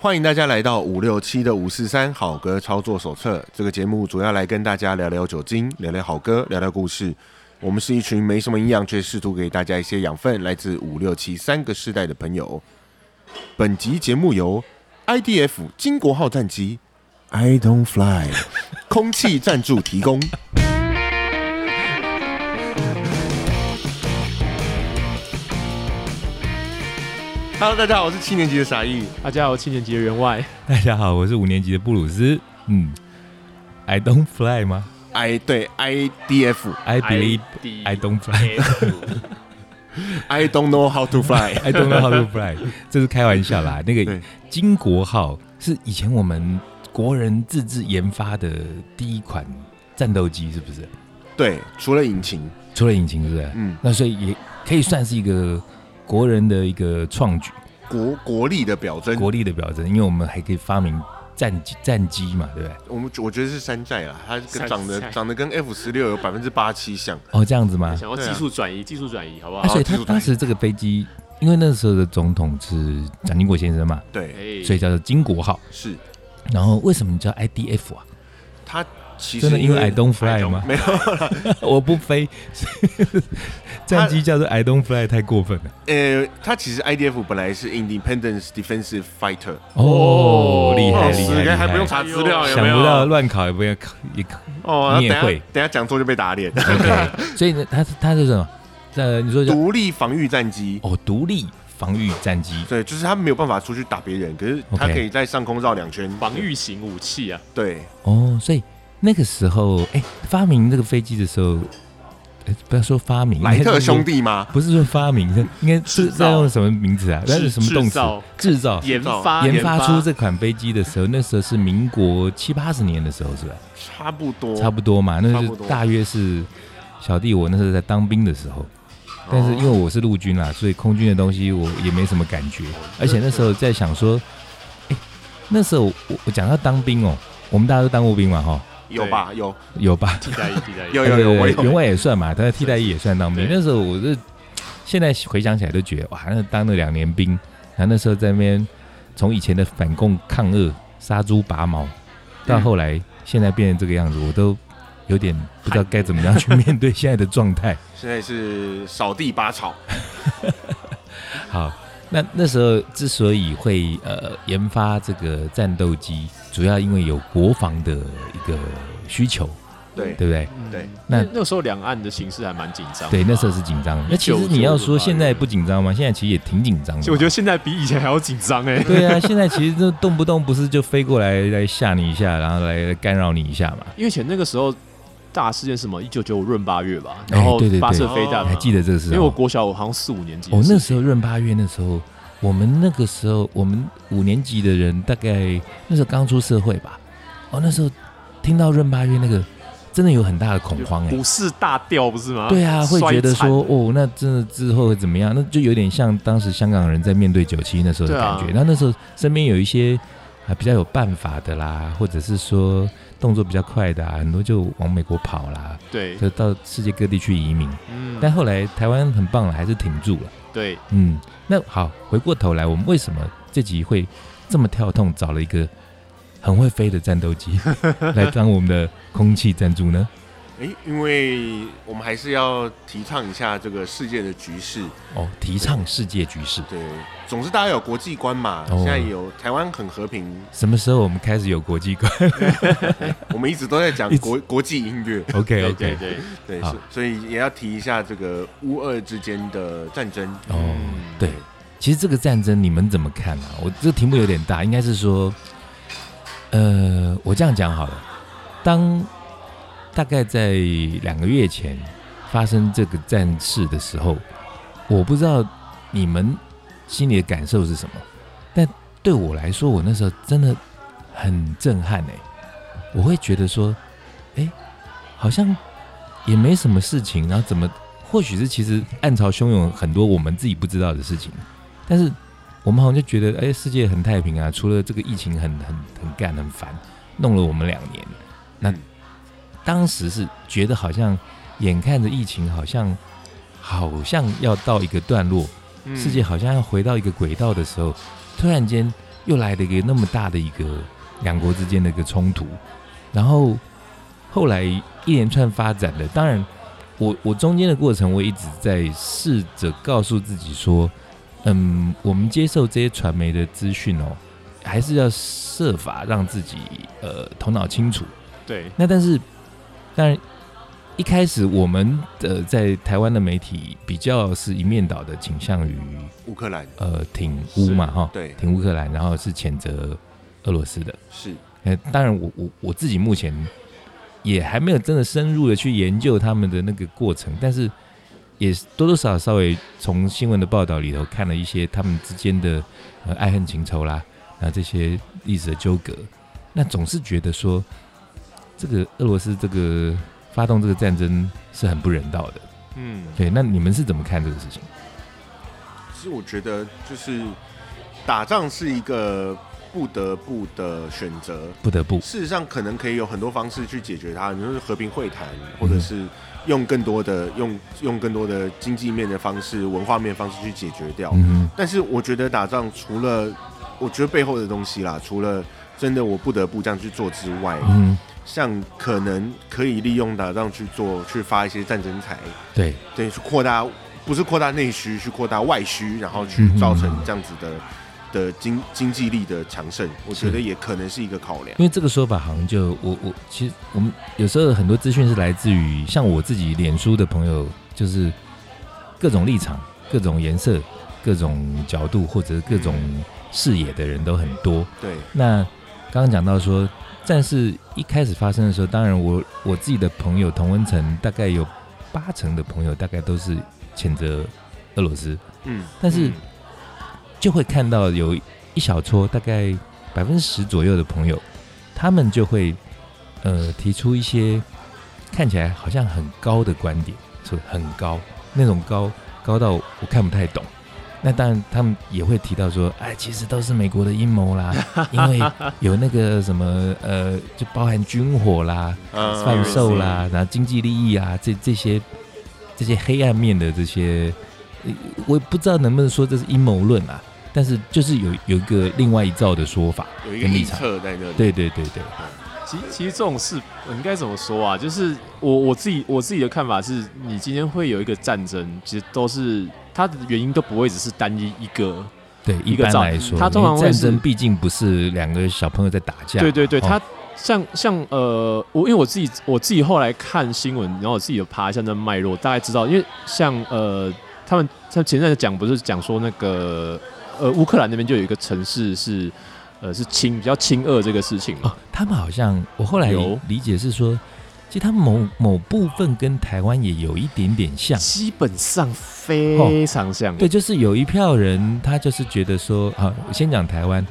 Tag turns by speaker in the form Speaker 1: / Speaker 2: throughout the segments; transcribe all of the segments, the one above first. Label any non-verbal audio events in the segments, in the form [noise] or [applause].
Speaker 1: 欢迎大家来到五六七的五四三好歌操作手册。这个节目主要来跟大家聊聊酒精，聊聊好歌，聊聊故事。我们是一群没什么营养，却试图给大家一些养分，来自五六七三个世代的朋友。本集节目由 IDF 金国号战机 I Don't Fly [laughs] 空气赞助提供。Hello，大家好，我是七年级的傻义。
Speaker 2: 大家好，我七年级的员外，
Speaker 3: 大家好，我是五年级的布鲁斯。嗯，I don't fly 吗
Speaker 1: I 对 IDF
Speaker 3: ？I believe
Speaker 2: D
Speaker 3: I don't
Speaker 1: [laughs]
Speaker 3: fly.
Speaker 1: I don't know how to fly。
Speaker 3: I don't know how to fly. [laughs] 这是开玩笑啦。那
Speaker 1: 对
Speaker 3: 个金国号是以前我们国人自制研发的第一款战斗机，是不是？
Speaker 1: 对，除了引擎，
Speaker 3: 除了引擎，是不是？
Speaker 1: 嗯，
Speaker 3: 那所以也可以算是一个国人的一个创举，
Speaker 1: 国国力的表征。
Speaker 3: 国力的表征，因为我们还可以发明战机战机嘛，对不对？
Speaker 1: 我们我觉得是山寨啦，它
Speaker 2: 山寨
Speaker 1: 长得长得跟 F 十六有百分之八七像。
Speaker 3: 哦，这样子吗？
Speaker 2: 想要技术转移，技术转移，好不
Speaker 3: 啊、
Speaker 2: 好
Speaker 3: 所？以
Speaker 1: 技
Speaker 3: 他
Speaker 1: 术转移
Speaker 3: 当时这个飞机，因为那时候的总统是蒋经国先生嘛，
Speaker 1: 对，
Speaker 2: 哎
Speaker 3: 所以叫做金国号。
Speaker 1: 是
Speaker 3: 然后为什么叫 IDF 啊？
Speaker 1: 它其实
Speaker 3: 真的因为 I don't
Speaker 2: I
Speaker 3: fly
Speaker 2: don't-
Speaker 3: 吗？
Speaker 1: 没有，
Speaker 3: [laughs] 我不飞， [laughs] 战机叫做 I don't fly 太过分了。
Speaker 1: 呃，它其实 IDF 本来是 Independence Defensive Fighter，
Speaker 3: 哦
Speaker 2: 哦，
Speaker 3: 厉害
Speaker 1: 哦
Speaker 3: 厉
Speaker 1: 死
Speaker 3: 害厉
Speaker 1: 人还
Speaker 3: 害！
Speaker 1: 不用查资料，有
Speaker 3: 想
Speaker 1: 没有？
Speaker 3: 不到乱考也不要考也考。
Speaker 1: 哦，
Speaker 3: 你也
Speaker 1: 那等
Speaker 3: 会哦
Speaker 1: 下等下讲错就被打脸。
Speaker 3: OK，所以呢，它是它是什么？呃，你说叫
Speaker 1: [laughs] 独立防御战机，
Speaker 3: 哦，独立防御战机。
Speaker 1: 对，就是它没有办法出去打别人，可是它
Speaker 3: OK
Speaker 1: 可以在上空绕两圈
Speaker 2: 防。御型武器啊，
Speaker 1: 对，
Speaker 3: 哦，所以那个时候，哎，发明这个飞机的时候，哎，不要说发明，
Speaker 1: 莱特兄
Speaker 3: 弟。
Speaker 1: 弟吗？
Speaker 3: 不是说发明，是应该
Speaker 2: 制
Speaker 3: 是
Speaker 2: 造
Speaker 3: 在用什么名字啊？那
Speaker 2: 制
Speaker 3: 是什么动
Speaker 2: 制
Speaker 3: 词？
Speaker 2: 造
Speaker 3: 制造。
Speaker 2: 研发
Speaker 3: 研发出这款飞机的时候，那时候是民国七八十年的时候，是吧？
Speaker 1: 差不
Speaker 2: 哦
Speaker 1: 多，
Speaker 3: 差不多嘛，那
Speaker 1: 差
Speaker 3: 是
Speaker 1: 不多
Speaker 3: 大约是小弟我那时候在当兵的时候，
Speaker 2: 哦
Speaker 3: 但是因为我是陆军啊啦，所以空军的东西我也没什么感觉，而且那时候在想说，哎，那时候我我讲到当兵哦，我们大家都当过兵嘛，哈，
Speaker 1: 有吧？有，
Speaker 3: 有吧？
Speaker 2: 替代役，替 [laughs] 代役，
Speaker 1: 有
Speaker 3: 对对
Speaker 1: 我
Speaker 3: 对，
Speaker 1: 有
Speaker 3: 员呃外也算嘛，他的替代役也算当兵。
Speaker 2: 对
Speaker 3: 那时候我是现在回想起来都觉得哇，那当了两年兵，然后那时候在那边从以前的反共抗俄、杀猪拔毛，到后来现在变成这个样子，我都有点不知道该怎么样去面对现在的
Speaker 1: [laughs]
Speaker 3: 状态。
Speaker 1: 现在是扫地拔草。
Speaker 3: 好，那那时候之所以会呃研发这个战斗机，主要因为有国防的一个需求，
Speaker 1: 对，
Speaker 3: 对不对？
Speaker 2: 嗯
Speaker 1: 对
Speaker 3: 那
Speaker 2: 那时候两岸的形势还蛮紧张的啊，
Speaker 3: 对，那时候是紧张的。那其实你要说现在不紧张吗？现在其实也挺紧张
Speaker 2: 其
Speaker 3: 的
Speaker 2: 实
Speaker 3: 嘛。
Speaker 2: 我觉得现在比以前还要紧张哎，
Speaker 3: 对啊，现在其实就动不动不是就飞过来来吓你一下，然后来干扰你一下嘛。
Speaker 2: 因为以前那个时候大事件是什么一九九五闰八月吧，
Speaker 3: 哎
Speaker 2: 然后
Speaker 3: 对对对
Speaker 2: 发射飞弹
Speaker 1: 哦
Speaker 2: 嘛，
Speaker 3: 还记得这个时
Speaker 2: 因
Speaker 3: 候？
Speaker 2: 为我国小我好像四五年级的
Speaker 3: 哦，
Speaker 2: 事
Speaker 3: 那
Speaker 2: 情
Speaker 3: 时候闰八月那时候，我们那个时候我们五年级的人大概那时候刚出社会吧。哦，那时候听到闰八月那个，真的有很大的恐慌哎、
Speaker 2: 股市大掉不是吗？
Speaker 3: 对啊，会觉得
Speaker 2: 衰
Speaker 3: 说
Speaker 2: 惨
Speaker 3: 哦，那真的之后会怎么样？那就有点像当时香港人在面对九七那时候的
Speaker 2: 对啊
Speaker 3: 感觉。那、那时候身边有一些啊比较有办法的啦，或者是说动作比较快的、啊，很多就往美国跑啦，
Speaker 2: 对，
Speaker 3: 就到世界各地去移民。
Speaker 2: 嗯，
Speaker 3: 但后来台湾很棒了，还是挺住了。
Speaker 2: 对，
Speaker 3: 嗯，那好，回过头来，我们为什么这集会这么跳痛，找了一个很会飞的战斗机 [laughs] 来当我们的空气赞助呢？
Speaker 1: 哎，因为我们还是要提倡一下这个世界的局势。
Speaker 3: 哦，提倡世界局势。
Speaker 1: 对，总之大家有国际观嘛。
Speaker 3: 哦
Speaker 1: 现在有台湾很和
Speaker 3: [laughs]
Speaker 1: 平，
Speaker 3: 什么时候我们开始有国际观 [laughs]
Speaker 1: 我们一直都在讲
Speaker 3: 一直
Speaker 1: 国国际音乐。
Speaker 3: ？OK
Speaker 2: 对
Speaker 3: OK，
Speaker 2: 对对，
Speaker 1: 对，
Speaker 3: 好
Speaker 1: 是所以也要提一下这个乌俄之间的战争。嗯
Speaker 3: 哦，对，其实这个战争你们怎么看啊？我这个题目有点大，应该是说，呃，我这样讲好了，当大概在两个月前发生这个战事的时候，我不知道你们心里的感受是什么，但对我来说，我那时候真的很震撼哎、我会觉得说，哎、好像也没什么事情，然后怎么？或许是其实暗潮汹涌很多我们自己不知道的事情，但是我们好像就觉得，哎、世界很太平啊，除了这个疫情很很很干很烦，弄了我们两年。那
Speaker 1: 嗯
Speaker 3: 当时是觉得好像眼看着疫情好像好像要到一个段落，
Speaker 1: 嗯
Speaker 3: 世界好像要回到一个轨道的时候，突然间又来了一个那么大的一个两国之间的一个冲突，然后后来一连串发展的，当然我我中间的过程，我一直在试着告诉自己说，嗯，我们接受这些传媒的资讯哦，还是要设法让自己呃头脑清楚。
Speaker 2: 对，
Speaker 3: 那但是，当然一开始我们的呃在台湾的媒体比较是一面倒的倾向于
Speaker 1: 乌克兰
Speaker 3: 呃挺乌嘛哈，
Speaker 1: 对
Speaker 3: 挺乌克兰，然后是谴责俄罗斯的。
Speaker 1: 是
Speaker 3: 呃，当然我我我自己目前也还没有真的深入的去研究他们的那个过程，但是也是多多少少稍微从新闻的报道里头看了一些他们之间的呃爱恨情仇啦，然后这些历史的纠葛，那总是觉得说这个俄罗斯这个发动这个战争是很不人道的。
Speaker 1: 嗯，
Speaker 3: 对，那你们是怎么看这个事情？
Speaker 1: 其实我觉得就是打仗是一个不得不的选择，
Speaker 3: 不得不，
Speaker 1: 事实上，可能可以有很多方式去解决它，你就是和平会谈，或者是用更多的
Speaker 3: 嗯
Speaker 1: 用用更多的经济面的方式、文化面的方式去解决掉。
Speaker 3: 嗯
Speaker 1: 但是我觉得打仗除了我觉得背后的东西啦，除了真的我不得不这样去做之外，
Speaker 3: 哼，嗯
Speaker 1: 像可能可以利用打仗去做去发一些战争财，
Speaker 3: 哼，对，
Speaker 1: 对，去扩大不是扩大内需，去扩大外需，然后
Speaker 3: 嗯
Speaker 1: 去造成这样子的。的经经济力的强盛，我觉得也可能是一个考量。
Speaker 3: 因为这个说法好像就我我其实我们有时候很多资讯是来自于像我自己脸书的朋友，就是各种立场、各种颜色、各种角度或者是各种视野的人都很多。
Speaker 1: 对，
Speaker 3: 那刚刚讲到说战事一开始发生的时候，当然我我自己的朋友同温层大概有八成的朋友大概都是谴责俄罗斯，
Speaker 1: 嗯，
Speaker 3: 但是
Speaker 1: 嗯
Speaker 3: 就会看到有一小撮大概百分之十左右的朋友，他们就会呃提出一些看起来好像很高的观点，说很高那种高高到我看不太懂。那当然，他们也会提到说，哎，其实都是美国的阴谋啦，因为有那个什么呃，就包含军火啦、
Speaker 1: 呃
Speaker 3: 贩售啦，然后经济利益啊，这这些这些黑暗面的这些，呃我也不知道能不能说这是阴谋论啊，但是就是有有一个另外一造的说法，
Speaker 1: 有一个臆测在那里。
Speaker 3: 对对对对，
Speaker 2: 其其实这种事呃应该怎么说啊？就是我我自己我自己的看法是，你今天会有一个战争，其实都是它的原因都不会只是单一一个。
Speaker 3: 对，一
Speaker 2: 一个
Speaker 3: 般
Speaker 2: 造
Speaker 3: 来说，
Speaker 2: 他通常
Speaker 3: 因为
Speaker 2: 会
Speaker 3: 战
Speaker 2: 是
Speaker 3: 争毕竟不是两个小朋友在打架，
Speaker 2: 对对对，
Speaker 3: 哦
Speaker 2: 它像像呃，我因为我自己我自己后来看新闻，然后我自己有爬一下那脉络，大概知道，因为像呃，他们像前阵子讲不是讲说那个呃乌克兰那边就有一个城市是呃是亲比较亲俄这个事情嘛。
Speaker 3: 哦，他们好像我后来
Speaker 2: 有
Speaker 3: 理解是说，其实他们某某部分跟台湾也有一点点像，
Speaker 2: 基本上
Speaker 3: 哦
Speaker 2: 非常像，
Speaker 3: 对，就是有一票人，他就是觉得说，啊，我先讲台湾，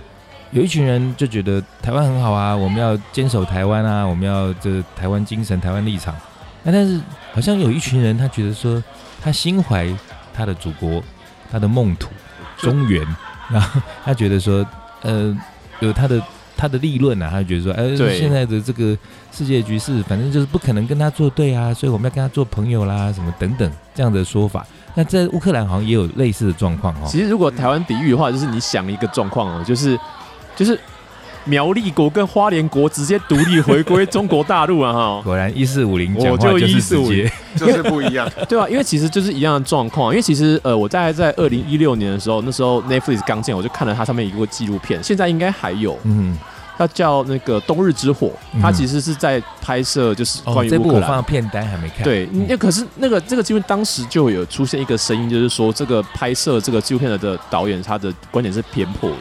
Speaker 3: 有一群人就觉得台湾很好啊，我们要坚守台湾啊，我们要这台湾精神、台湾立场。那但是好像有一群人，他觉得说，他心怀他的祖国、他的梦土、中原，然后他觉得说，呃，有他的他的立论啊，他就觉得说，哎、
Speaker 2: 对
Speaker 3: 现在的这个世界局势，反正就是不可能跟他作对啊，所以我们要跟他做朋友啦，什么等等这样的说法。那在乌克兰好像也有类似的状况哦。
Speaker 2: 其实如果台湾比喻的话，就是你想一个状况哦，就是就是苗栗国跟花莲国直接独立回归中国大陆啊
Speaker 3: [laughs]
Speaker 2: 哈，
Speaker 3: 果然一四五零
Speaker 2: 我
Speaker 3: 讲话
Speaker 2: 就
Speaker 3: 就是直
Speaker 2: 1450
Speaker 3: 接，
Speaker 1: 就是不一样。
Speaker 2: 对啊，因为其实就是一样的状况，因为其实呃，我大概在二零一六年的时候，那时候 Netflix 刚建，我就看了它上面一个纪录片，现在应该还有，
Speaker 3: 嗯，
Speaker 2: 它叫那个《冬日之火》，它
Speaker 3: 嗯
Speaker 2: 其实是在拍摄就是 [laughs]
Speaker 3: 哦
Speaker 2: 关，于
Speaker 3: 这
Speaker 2: 乌
Speaker 3: 部
Speaker 2: 克
Speaker 3: 我
Speaker 2: 兰。
Speaker 3: 放片单还没看。
Speaker 2: 对，
Speaker 3: 嗯
Speaker 2: 那可是那个这个纪录片当时就有出现一个声音，就是说这个拍摄这个纪录片的的导演他的观点是偏颇的，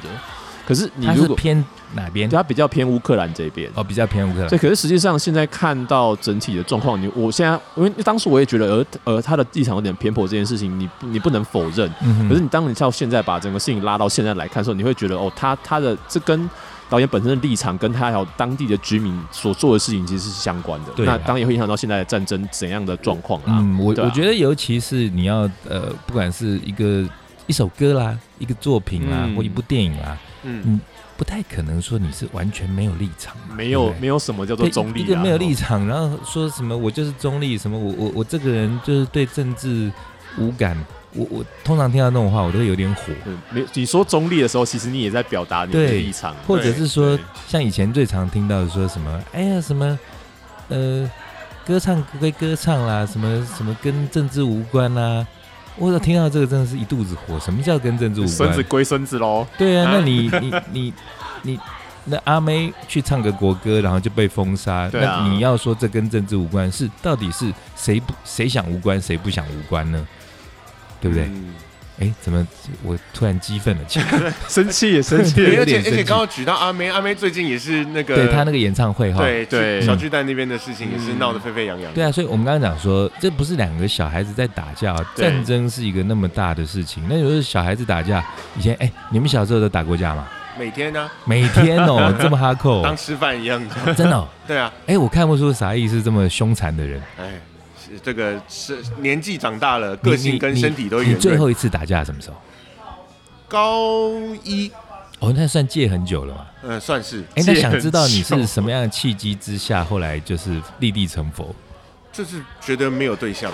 Speaker 2: 可是你
Speaker 3: 它
Speaker 2: 如
Speaker 3: 是
Speaker 2: 果
Speaker 3: 偏哪边
Speaker 2: 对？他啊比较偏乌克兰这边。
Speaker 3: 哦，比较偏乌克兰
Speaker 2: 对，。可是实际上现在看到整体的状况，你我现在因为当时我也觉得，呃呃，他的立场有点偏颇这件事情，你不你不能否认。
Speaker 3: 嗯哼
Speaker 2: 可是你当你到现在把整个事情拉到现在来看的时候，你会觉得哦，他他的这跟导演本身的立场，跟他还有当地的居民所做的事情其实是相关的。
Speaker 3: 对
Speaker 2: 那
Speaker 3: 啊
Speaker 2: 当然也会影响到现在的战争怎样的状况啊？
Speaker 3: 嗯，我、
Speaker 2: 对啊
Speaker 3: 我觉得尤其是你要呃，不管是一个一首歌啦，一个作品啦，
Speaker 2: 嗯
Speaker 3: 或一部电影啦，
Speaker 1: 嗯，
Speaker 3: 不太可能说你是完全没有立场嘛，
Speaker 2: 没有
Speaker 3: 嗯对不
Speaker 2: 没有什么叫做
Speaker 3: 对
Speaker 2: 中立、啊，
Speaker 3: 一个没有立
Speaker 2: 场，
Speaker 3: 场，然后说什么我就是中立，什么我我我这个人就是对政治无感。我我通常听到那种话，我都会有点火。
Speaker 2: 对，没你说中立的时候，其实你也在表达你的
Speaker 3: 对
Speaker 2: 立场，
Speaker 3: 或者是说
Speaker 2: 对，
Speaker 3: 像以前最常听到的说什么，哎呀，什么，呃，歌唱归歌唱啦，什么什么跟政治无关啦。我听到这个真的是一肚子火。什么叫跟政治无
Speaker 2: 孙
Speaker 3: 关
Speaker 2: 子？归孙子喽，
Speaker 3: 对啊，
Speaker 2: 啊
Speaker 3: 那你你你你，那阿妹去唱个国歌，然后就被封杀。
Speaker 2: 对啊
Speaker 3: 那你要说这跟政治无关，是到底是谁不谁想无关，谁不想无关呢？ [laughs] 对不对？
Speaker 1: 嗯
Speaker 3: 哎，怎么我突然激愤了起来？
Speaker 2: 生气也生
Speaker 1: 对，
Speaker 2: 气，
Speaker 1: 而且
Speaker 3: 有点
Speaker 1: 而
Speaker 3: 生
Speaker 1: 且
Speaker 3: 气
Speaker 1: 刚刚举到阿妹，阿妹最近也是那个
Speaker 3: 对他那个演唱会哈，嗯
Speaker 1: 对
Speaker 2: 对
Speaker 1: 是小巨蛋那边的事情也是
Speaker 2: 嗯
Speaker 1: 闹得沸沸扬扬。
Speaker 3: 对啊，所以我们刚刚讲说，这不是两个小孩子在打架哦，
Speaker 2: 对
Speaker 3: 战争是一个那么大的事情。那有时候小孩子打架，以前哎，你们小时候都打过架吗？
Speaker 1: 每天呢
Speaker 3: 每天哦，这么哈扣、
Speaker 1: 当
Speaker 3: 哦，
Speaker 1: 吃饭一样。
Speaker 3: 真的、哦，
Speaker 1: [laughs] 对啊，
Speaker 3: 哎，我看不出啥意思，这么凶残的人。
Speaker 1: 哎，是这个是年纪长大了，
Speaker 3: 你
Speaker 1: 个性跟
Speaker 3: 你
Speaker 1: 身体都
Speaker 3: 你
Speaker 1: 圆
Speaker 3: 最
Speaker 1: 润。
Speaker 3: 后一次打架什么时候？
Speaker 1: 高一，
Speaker 3: 哦，那算戒很久了嘛。
Speaker 1: 嗯，算是
Speaker 3: 哎，
Speaker 2: 戒
Speaker 3: 那
Speaker 2: 很
Speaker 3: 想知道你
Speaker 2: 久
Speaker 3: 是什么样的契机之下，后来就是立地成佛？
Speaker 1: 就是觉得没有对象，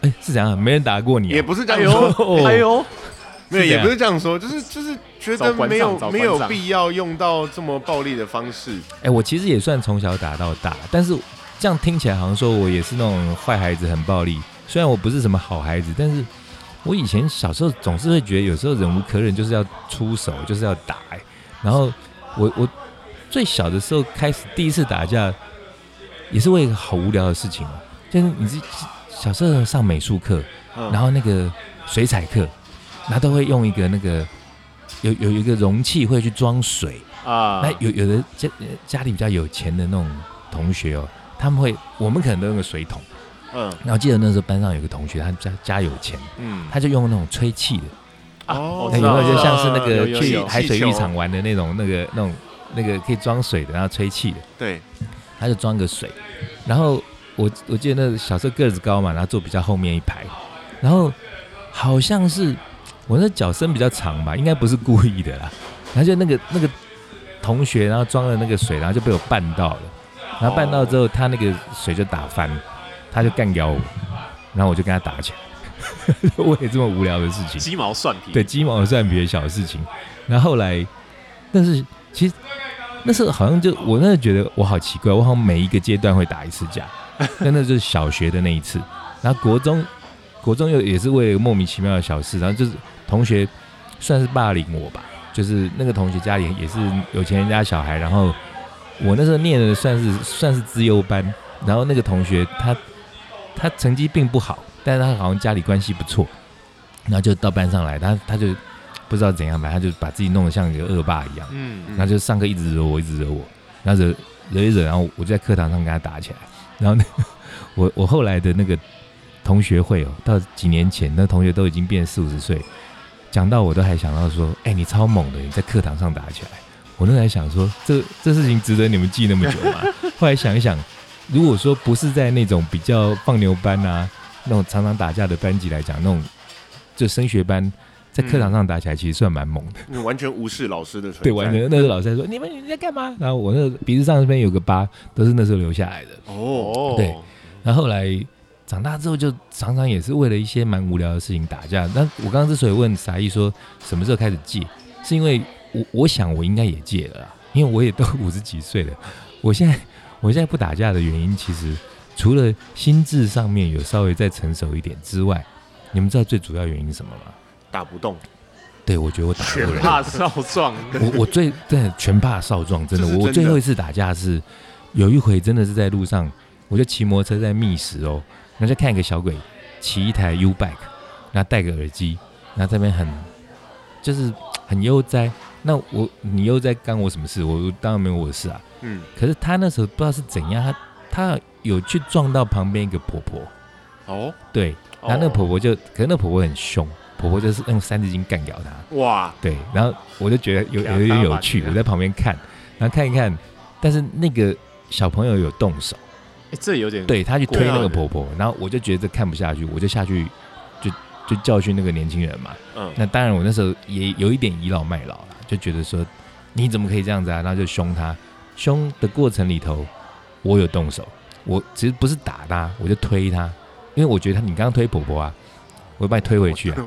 Speaker 3: 哎，是怎样？没人打过你、
Speaker 1: 也
Speaker 3: 啊？
Speaker 1: 不是这
Speaker 2: [laughs] 哎
Speaker 3: [laughs]
Speaker 1: 样说，
Speaker 2: 呦哎呦，
Speaker 1: [laughs] 没有
Speaker 3: 是这
Speaker 1: 也
Speaker 3: 样
Speaker 1: 不是这样说，就是就是觉
Speaker 2: 找
Speaker 1: 得
Speaker 2: 馆长
Speaker 1: 没有
Speaker 2: 找馆长
Speaker 1: 没有必要用到这么暴力的方式。
Speaker 3: 哎，我其实也算从小打到大，但是这样听起来好像说我也是那种坏孩子，很暴力。虽然我不是什么好孩子，但是我以前小时候总是会觉得，有时候忍无可忍，就是要出手，就是要打、哎然后我我最小的时候开始第一次打架，也是为一个好无聊的事情哦，就是你是小时候上美术课，然
Speaker 1: 嗯，
Speaker 3: 后那个水彩课，然后都会用一个那个有有一个容器会去装水。
Speaker 2: 啊
Speaker 3: 那，有有的家呃家里比较有钱的那种同学哦，他们会，我们可能都用个水桶。
Speaker 1: 嗯
Speaker 3: 然后记得那时候班上有个同学，他家家有钱，
Speaker 1: 嗯，
Speaker 3: 他就用那种吹气的，
Speaker 2: 啊
Speaker 1: 哦
Speaker 2: 我
Speaker 3: 那
Speaker 2: 知
Speaker 3: 有没
Speaker 2: 道
Speaker 3: 哎有就像是那
Speaker 2: 有
Speaker 3: 个
Speaker 2: 有
Speaker 3: 去
Speaker 2: 有
Speaker 3: 海水浴
Speaker 1: 气
Speaker 3: 场
Speaker 1: 球
Speaker 3: 玩的那种那个那种那个可以装水的，然后吹气的，
Speaker 1: 对，
Speaker 3: 他就装个水。然后我我记得那个小时候个子高嘛，然后坐比较后面一排，然后好像是我那脚伸比较长吧，应该不是故意的啦。然后就那个那个同学，然后装了那个水，然后就被我绊到了。然后绊到之后，他那个水就打翻，他就干掉我，然后我就跟他打起来。 [laughs] 我也这么无聊的事情，
Speaker 2: 鸡毛蒜皮，
Speaker 3: 对，鸡毛蒜皮的小事情。然后后来，但是其实那时候好像就我那时候觉得我好奇怪，我好像每一个阶段会打一次架，但那就是小学的那一次。然后国中，国中又也是为了莫名其妙的小事，然后就是同学算是霸凌我吧，就是那个同学家里也是有钱人家小孩，然后我那时候念的算是算是资优班，然后那个同学他他成绩并不好，但是他好像家里关系不错，然后就到班上来，他他就不知道怎样吧，他就把自己弄得像一个恶霸一样，
Speaker 2: 嗯，
Speaker 3: 然后就上课一直惹我，一直惹我，然后惹惹一惹，然后我就在课堂上跟他打起来，然后那 [laughs] 我我后来的那个同学会哦，到几年前那同学都已经变四五十岁，讲到我都还想到说，哎、你超猛的，你在课堂上打起来，我那时候还想说，这这事情值得你们记那么久吗？后来想一想，如果说不是在那种比较放牛班啊，那种常常打架的班级来讲，那种就升学班。在课堂上打起来，其实算蛮猛的。
Speaker 1: 你完全无视老师的存在。
Speaker 3: 对，完全那时候老师还说你们你们在干嘛？然后我那鼻子上这边有个疤，都是那时候留下来的。
Speaker 1: 哦，
Speaker 2: 哦，
Speaker 3: 对然后后来长大之后，就常常也是为了一些蛮无聊的事情打架。那我刚刚之所以问傻义说什么时候开始戒，是因为我我想我应该也戒了啦，因为我也都 [laughs] 五十几岁了。我现在我现在不打架的原因，其实除了心智上面有稍微再成熟一点之外，你们知道最主要原因是什么吗？
Speaker 1: 打不动，
Speaker 3: 对，我觉得我打不
Speaker 2: 全
Speaker 3: 了
Speaker 2: 怕少
Speaker 3: [laughs]
Speaker 2: 壮，
Speaker 3: 我我最真的全怕少壮，真
Speaker 1: 这
Speaker 3: 的，
Speaker 1: 是真的
Speaker 3: 我最后一次打架是有一回真的是在路上，我就骑摩托车在觅食哦，然后就看一个小鬼骑一台 U bike，然后戴个耳机，然后这边很就是很悠哉。那我你悠哉干我什么事？我我当然没有我的事啊。
Speaker 1: 嗯，
Speaker 3: 可是他那时候不知道是怎样，他他有去撞到旁边一个婆婆，
Speaker 1: 哦，
Speaker 3: 对，然后那个
Speaker 2: 哦
Speaker 3: 婆婆就，可是那婆婆很凶，婆婆就是用三字经干掉她。
Speaker 1: 哇，
Speaker 3: 对，然后我就觉得有有有点有趣，我在旁边看，然后看一看，但是那个小朋友有动手，
Speaker 2: 哎这有点，
Speaker 3: 对他去推那个婆婆，然后我就觉得看不下去，我就下去就就教训那个年轻人嘛。
Speaker 1: 嗯，
Speaker 3: 那当然，我那时候也有一点倚老卖老了，就觉得说你怎么可以这样子啊？然后就凶他，凶的过程里头，我有动手，我其实不是打他，我就推他，因为我觉得他你刚刚推婆婆啊，我把你推回去啊！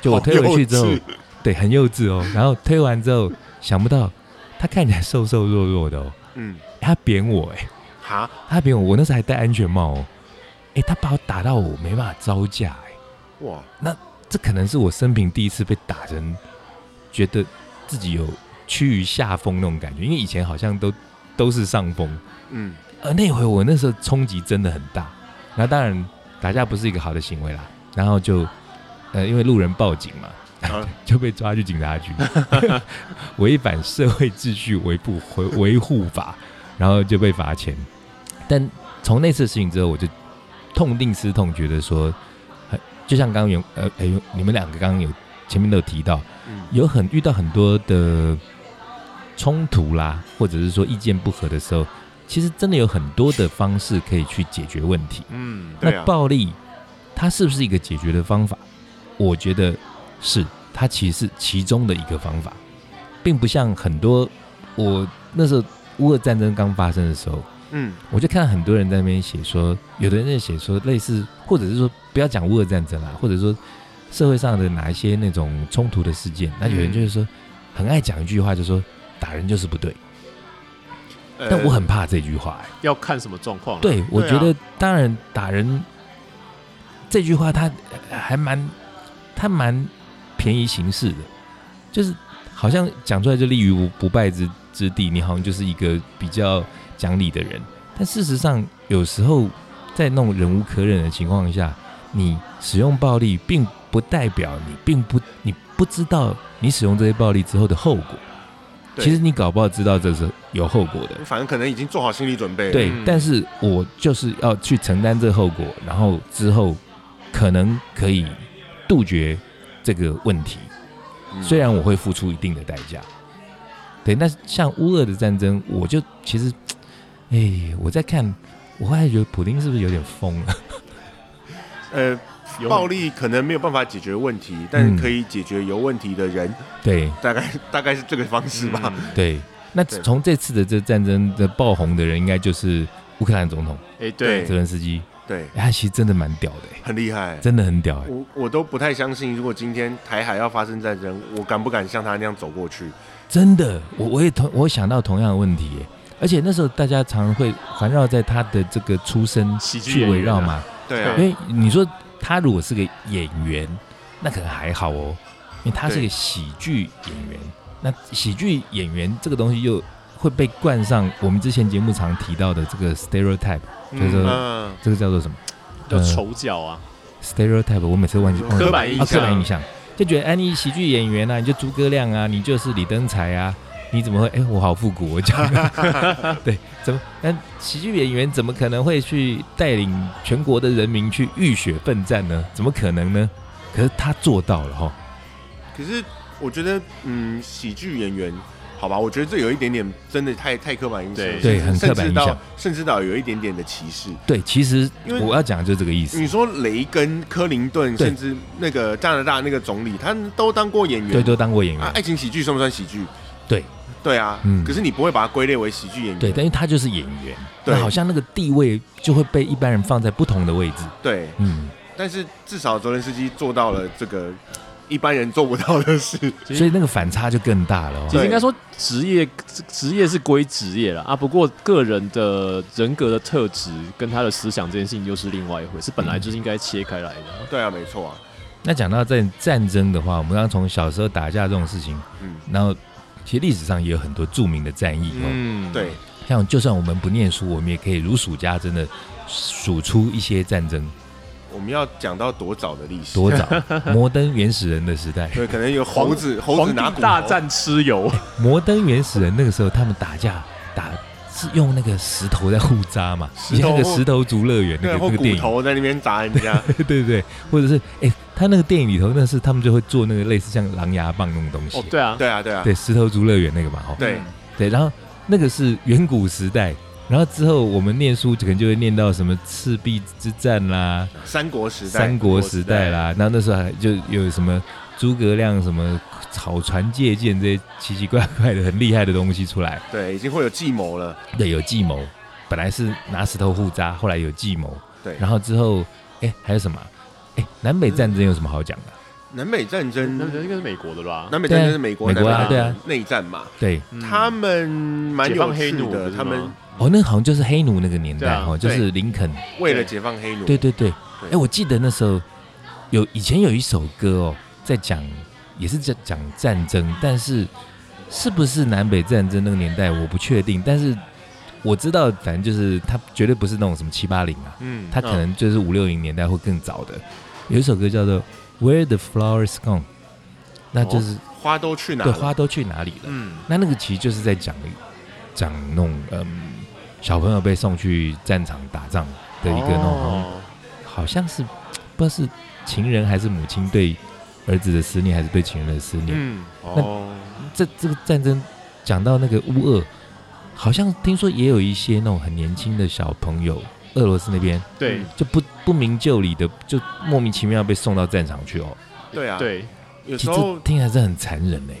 Speaker 3: 就我推回去之后
Speaker 1: 好幼稚，啊
Speaker 3: 对，很幼稚哦。然后推完之后，想不到他看起来瘦瘦弱弱的哦， [laughs]
Speaker 1: 嗯，
Speaker 3: 他扁我哎、
Speaker 1: 哈，
Speaker 3: 他扁我，我那时候还戴安全帽哦，哎、他把我打到我没办法招架哎、
Speaker 1: 哇，
Speaker 3: 这可能是我生平第一次被打成觉得自己有趋于下风那种感觉，因为以前好像都都是上风，
Speaker 1: 嗯，
Speaker 3: 呃，那回我那时候冲击真的很大。那当然，打架不是一个好的行为啦。然后就，呃，因为路人报警嘛，
Speaker 1: 啊
Speaker 3: 就被抓去警察局， [laughs] 违反社会秩序维护维维护法，然后就被罚钱。但从那次事情之后，我就痛定思痛，觉得说，呃就像刚刚有呃，哎、你们两个刚刚有前面都有提到，
Speaker 1: 嗯，
Speaker 3: 有很遇到很多的冲突啦，或者是说意见不合的时候，其实真的有很多的方式可以去解决问题。
Speaker 1: 嗯，对
Speaker 3: 那
Speaker 1: 啊，
Speaker 3: 暴力它是不是一个解决的方法？我觉得是，它其实是其中的一个方法，并不像很多我那时候乌俄战争刚发生的时候，
Speaker 1: 嗯，
Speaker 3: 我就看到很多人在那边写说，有的人在写说类似，或者是说不要讲乌俄战争啦，或者说社会上的哪一些那种冲突的事件，那有人就是说很爱讲一句话，就说打人就是不对，
Speaker 1: 呃
Speaker 3: 但我很怕这句话、欸。
Speaker 2: 要看什么状况、，
Speaker 3: 对，我
Speaker 1: 对啊
Speaker 3: 觉得当然打人这句话，它呃还蛮它蛮便宜行事的，就是好像讲出来就立于不不败之之地，你好像就是一个比较讲理的人。但事实上，有时候在那种忍无可忍的情况下，你使用暴力，并不代表你并不你不知道你使用这些暴力之后的后果。
Speaker 1: 对
Speaker 3: 其实你搞不好知道这是有后果的，
Speaker 1: 反正可能已经做好心理准备了，
Speaker 3: 对，
Speaker 2: 嗯
Speaker 3: 但是我就是要去承担这个后果，然后之后可能可以杜绝这个问题，
Speaker 1: 嗯
Speaker 3: 虽然我会付出一定的代价。对，那像乌俄的战争，我就其实，哎，我在看，我后来觉得普丁是不是有点疯啊了？
Speaker 1: 呃，
Speaker 2: 有
Speaker 1: 暴力可能没有办法解决问题，但
Speaker 3: 嗯
Speaker 1: 是可以解决有问题的人，
Speaker 3: 对
Speaker 1: 大概大概是这个方式吧。
Speaker 2: 嗯
Speaker 3: 对，那
Speaker 1: 对
Speaker 3: 从这次的这战争的爆红的人，应该就是乌克兰总统
Speaker 2: 哎、对，
Speaker 3: 泽连斯基，
Speaker 1: 对，
Speaker 3: 哎他其实真的蛮屌的，哎
Speaker 1: 很厉害。
Speaker 3: 真的很屌，哎
Speaker 1: 我我都不太相信，如果今天台海要发生战争，我敢不敢像他那样走过去？
Speaker 3: 真的，我我也同我想到同样的问题耶，而且那时候大家常会环绕在他的这个出身
Speaker 2: 喜剧
Speaker 3: 去
Speaker 2: 演
Speaker 3: 围
Speaker 2: 员啊
Speaker 3: 绕嘛，
Speaker 1: 对啊
Speaker 3: 因，为你说他如果是个演员，那可能还好哦，因为他是
Speaker 1: 对
Speaker 3: 个喜剧演员，那喜剧演员这个东西又会被冠上我们之前节目常提到的这个 stereotype，就是
Speaker 1: 嗯、
Speaker 3: 这个叫做什么
Speaker 2: 要
Speaker 3: 呃
Speaker 2: 丑角啊，
Speaker 3: stereotype？我每次都忘记忘记
Speaker 2: 刻板印
Speaker 3: 啊，刻
Speaker 2: 象
Speaker 3: 板印象，就觉得哎、你喜剧演员啊，你就诸葛亮啊，你就是李登才啊，你怎么会？哎、我好复古，我讲的， [laughs] 对，怎么？那喜剧演员怎么可能会去带领全国的人民去浴血奋战呢？怎么可能呢？可是他做到了哈，
Speaker 1: 可是我觉得，嗯，喜剧演员，好吧，我觉得这有一点点真的太太刻板印象，
Speaker 2: 对
Speaker 3: 对
Speaker 1: 甚
Speaker 3: 很
Speaker 1: 至
Speaker 3: 刻板印象
Speaker 1: 甚至到甚至到有一点点的歧视。
Speaker 3: 对，其实
Speaker 1: 因为
Speaker 3: 我要讲的就是这个意思
Speaker 1: 你，说雷根、克林顿，
Speaker 3: 对
Speaker 1: 甚至那个加拿大那个总理，他们都当过演员，
Speaker 3: 对，都当过演员，
Speaker 1: 啊，爱情喜剧算不算喜剧？
Speaker 3: 对，
Speaker 1: 对啊，
Speaker 3: 嗯
Speaker 1: 可是你不会把它归类为喜剧演员，
Speaker 3: 对，但因为他就是演员，
Speaker 1: 对
Speaker 3: 那好像那个地位就会被一般人放在不同的位置，
Speaker 1: 对
Speaker 3: 嗯，
Speaker 1: 但是至少泽连斯基做到了这个一般人做不到的事， [laughs]
Speaker 2: 其实
Speaker 3: 所以那个反差就更大了、哦。
Speaker 2: 其实
Speaker 1: 对
Speaker 2: 应该说职业职业是归职业了啊，不过个人的人格的特质跟他的思想这件事情又是另外一回事，
Speaker 3: 嗯
Speaker 2: 本来就是应该切开来的。
Speaker 1: 对啊，没错啊，
Speaker 3: 那讲到战战争的话，我们刚刚从小时候打架这种事情，
Speaker 1: 嗯
Speaker 3: 然后其实历史上也有很多著名的战役哦。
Speaker 2: 嗯，
Speaker 1: 对，
Speaker 3: 像就算我们不念书，我们也可以如数家珍的数出一些战争。
Speaker 1: 我们要讲到多早的历史，
Speaker 3: 多早？摩登原始人的时代，
Speaker 1: [laughs] 对，可能有猴子，猴
Speaker 2: 皇
Speaker 1: 子拿
Speaker 2: 帝
Speaker 1: 骨
Speaker 2: 大
Speaker 1: 头，
Speaker 2: 战蚩尤，
Speaker 3: 摩登原始人那个时候他们打架打是用那个石头在互扎嘛，
Speaker 1: 石
Speaker 3: 以前那
Speaker 1: 头
Speaker 3: 个石头族乐园那
Speaker 1: 对，
Speaker 3: 个
Speaker 1: 或
Speaker 3: 那个电
Speaker 1: 骨
Speaker 3: 影， [laughs]
Speaker 1: 头在那边砸人家，
Speaker 3: 对对对，或者是哎、他那个电影里头那是他们就会做那个类似像狼牙棒那种东西，
Speaker 2: 哦，对啊，
Speaker 1: 对啊，对啊，
Speaker 3: 对，石头族乐园那个嘛，哦，
Speaker 1: 对
Speaker 3: 对，然后那个是远古时代，然后之后我们念书可能就会念到什么赤壁之战啦、
Speaker 1: 三国时代，
Speaker 3: 三国时代啦，然后那时候还就有什么诸葛亮什么草船借箭这些奇奇怪怪的很厉害的东西出来，
Speaker 1: 对，已经会有计谋了，
Speaker 3: 对，有计谋，本来是拿石头互扎，后来有计谋，
Speaker 1: 对
Speaker 3: 然后之后哎还有什么？哎，南北战争有什么好讲的？
Speaker 1: 南北战争，
Speaker 2: 那应该是美国的吧？
Speaker 1: 南北战争是美国
Speaker 3: 美国
Speaker 2: 啊
Speaker 1: 南北
Speaker 2: 对
Speaker 3: 啊
Speaker 1: 内战嘛，
Speaker 3: 对，
Speaker 2: 嗯
Speaker 1: 他们蛮
Speaker 2: 解
Speaker 1: 有
Speaker 2: 放黑
Speaker 1: 趣
Speaker 2: 奴不
Speaker 1: 的，
Speaker 2: 是
Speaker 1: 他们
Speaker 2: 吗
Speaker 3: 哦，那好像就是黑奴那个年
Speaker 2: 对
Speaker 3: 代
Speaker 2: 啊
Speaker 3: 哦，就
Speaker 1: 对
Speaker 3: 是林肯，
Speaker 1: 为了解放黑奴，
Speaker 3: 对对对。
Speaker 1: 对
Speaker 3: 哎，我记得那时候有以前有一首歌哦，在讲也是在讲战争，但是是不是南北战争那个年代我不确定，但是我知道，反正就是它绝对不是那种什么七八零啊，
Speaker 1: 嗯，
Speaker 3: 它可能就是五六零年代或更早的。有一首歌叫做《Where the Flowers Gone》，那就是、
Speaker 1: 嗯花都去哪
Speaker 3: 对
Speaker 1: 了？
Speaker 3: 花都去哪里了？
Speaker 1: 嗯，
Speaker 3: 那那个其实就是在讲讲那种嗯小朋友被送去战场打仗的一个那种、
Speaker 2: 哦
Speaker 3: 好像是不知道是情人还是母亲对儿子的思念，还是对情人的思念。
Speaker 1: 嗯，哦，
Speaker 3: 这这个战争讲到那个乌俄，好像听说也有一些那种很年轻的小朋友，俄罗斯那边
Speaker 2: 对
Speaker 1: 嗯
Speaker 3: 就不不明就里的，就莫名其妙被送到战场去哦。
Speaker 1: 对啊，，
Speaker 2: 对，
Speaker 1: 有
Speaker 3: 其
Speaker 1: 时
Speaker 3: 实
Speaker 1: 候
Speaker 3: 听起来是很残忍哎、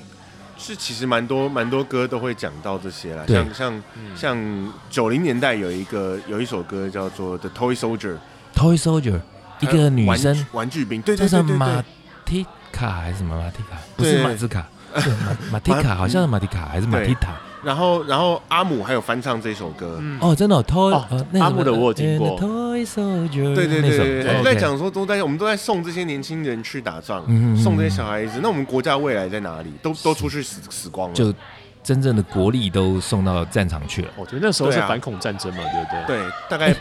Speaker 1: 是其实蛮多蛮多歌都会讲到这些啦，
Speaker 3: 对
Speaker 1: 像像
Speaker 2: 嗯
Speaker 1: 像九零年代有一个有一首歌叫做《The Toy Soldier》，
Speaker 3: Toy Soldier，一
Speaker 1: 还有
Speaker 3: 个女
Speaker 1: 玩具
Speaker 3: 生
Speaker 1: 玩具兵，对
Speaker 3: 叫
Speaker 1: 对
Speaker 3: 什
Speaker 1: 对
Speaker 3: 么
Speaker 1: 对
Speaker 3: 马
Speaker 1: 对，
Speaker 3: 蒂卡还是什么马蒂卡？不是
Speaker 1: 对
Speaker 3: 马兹卡，是马马蒂卡，好像是马蒂卡还是马蒂塔？
Speaker 1: 然后然后阿姆还有翻唱这首歌，
Speaker 2: 嗯
Speaker 3: 哦，真的哦，Toy，
Speaker 2: 哦
Speaker 3: 呃那个
Speaker 2: 阿
Speaker 3: 什
Speaker 2: 姆的
Speaker 3: 么
Speaker 2: 我有听过
Speaker 3: And the Toy Soldier，
Speaker 1: 对对
Speaker 3: 哦那
Speaker 1: 对
Speaker 3: 首
Speaker 1: 对对，
Speaker 2: 对
Speaker 1: 我们在，
Speaker 3: OK
Speaker 1: 讲说都在我们都在送这些年轻人去打仗，
Speaker 3: 嗯嗯嗯
Speaker 1: 送这些小孩子，那我们国家未来在哪里？都都出去死死光了。
Speaker 3: 嗯就真正的国力都送到战场去了。
Speaker 2: 我觉得那时候是
Speaker 1: 对啊
Speaker 2: 反恐战争嘛，对不对？
Speaker 1: 对，大概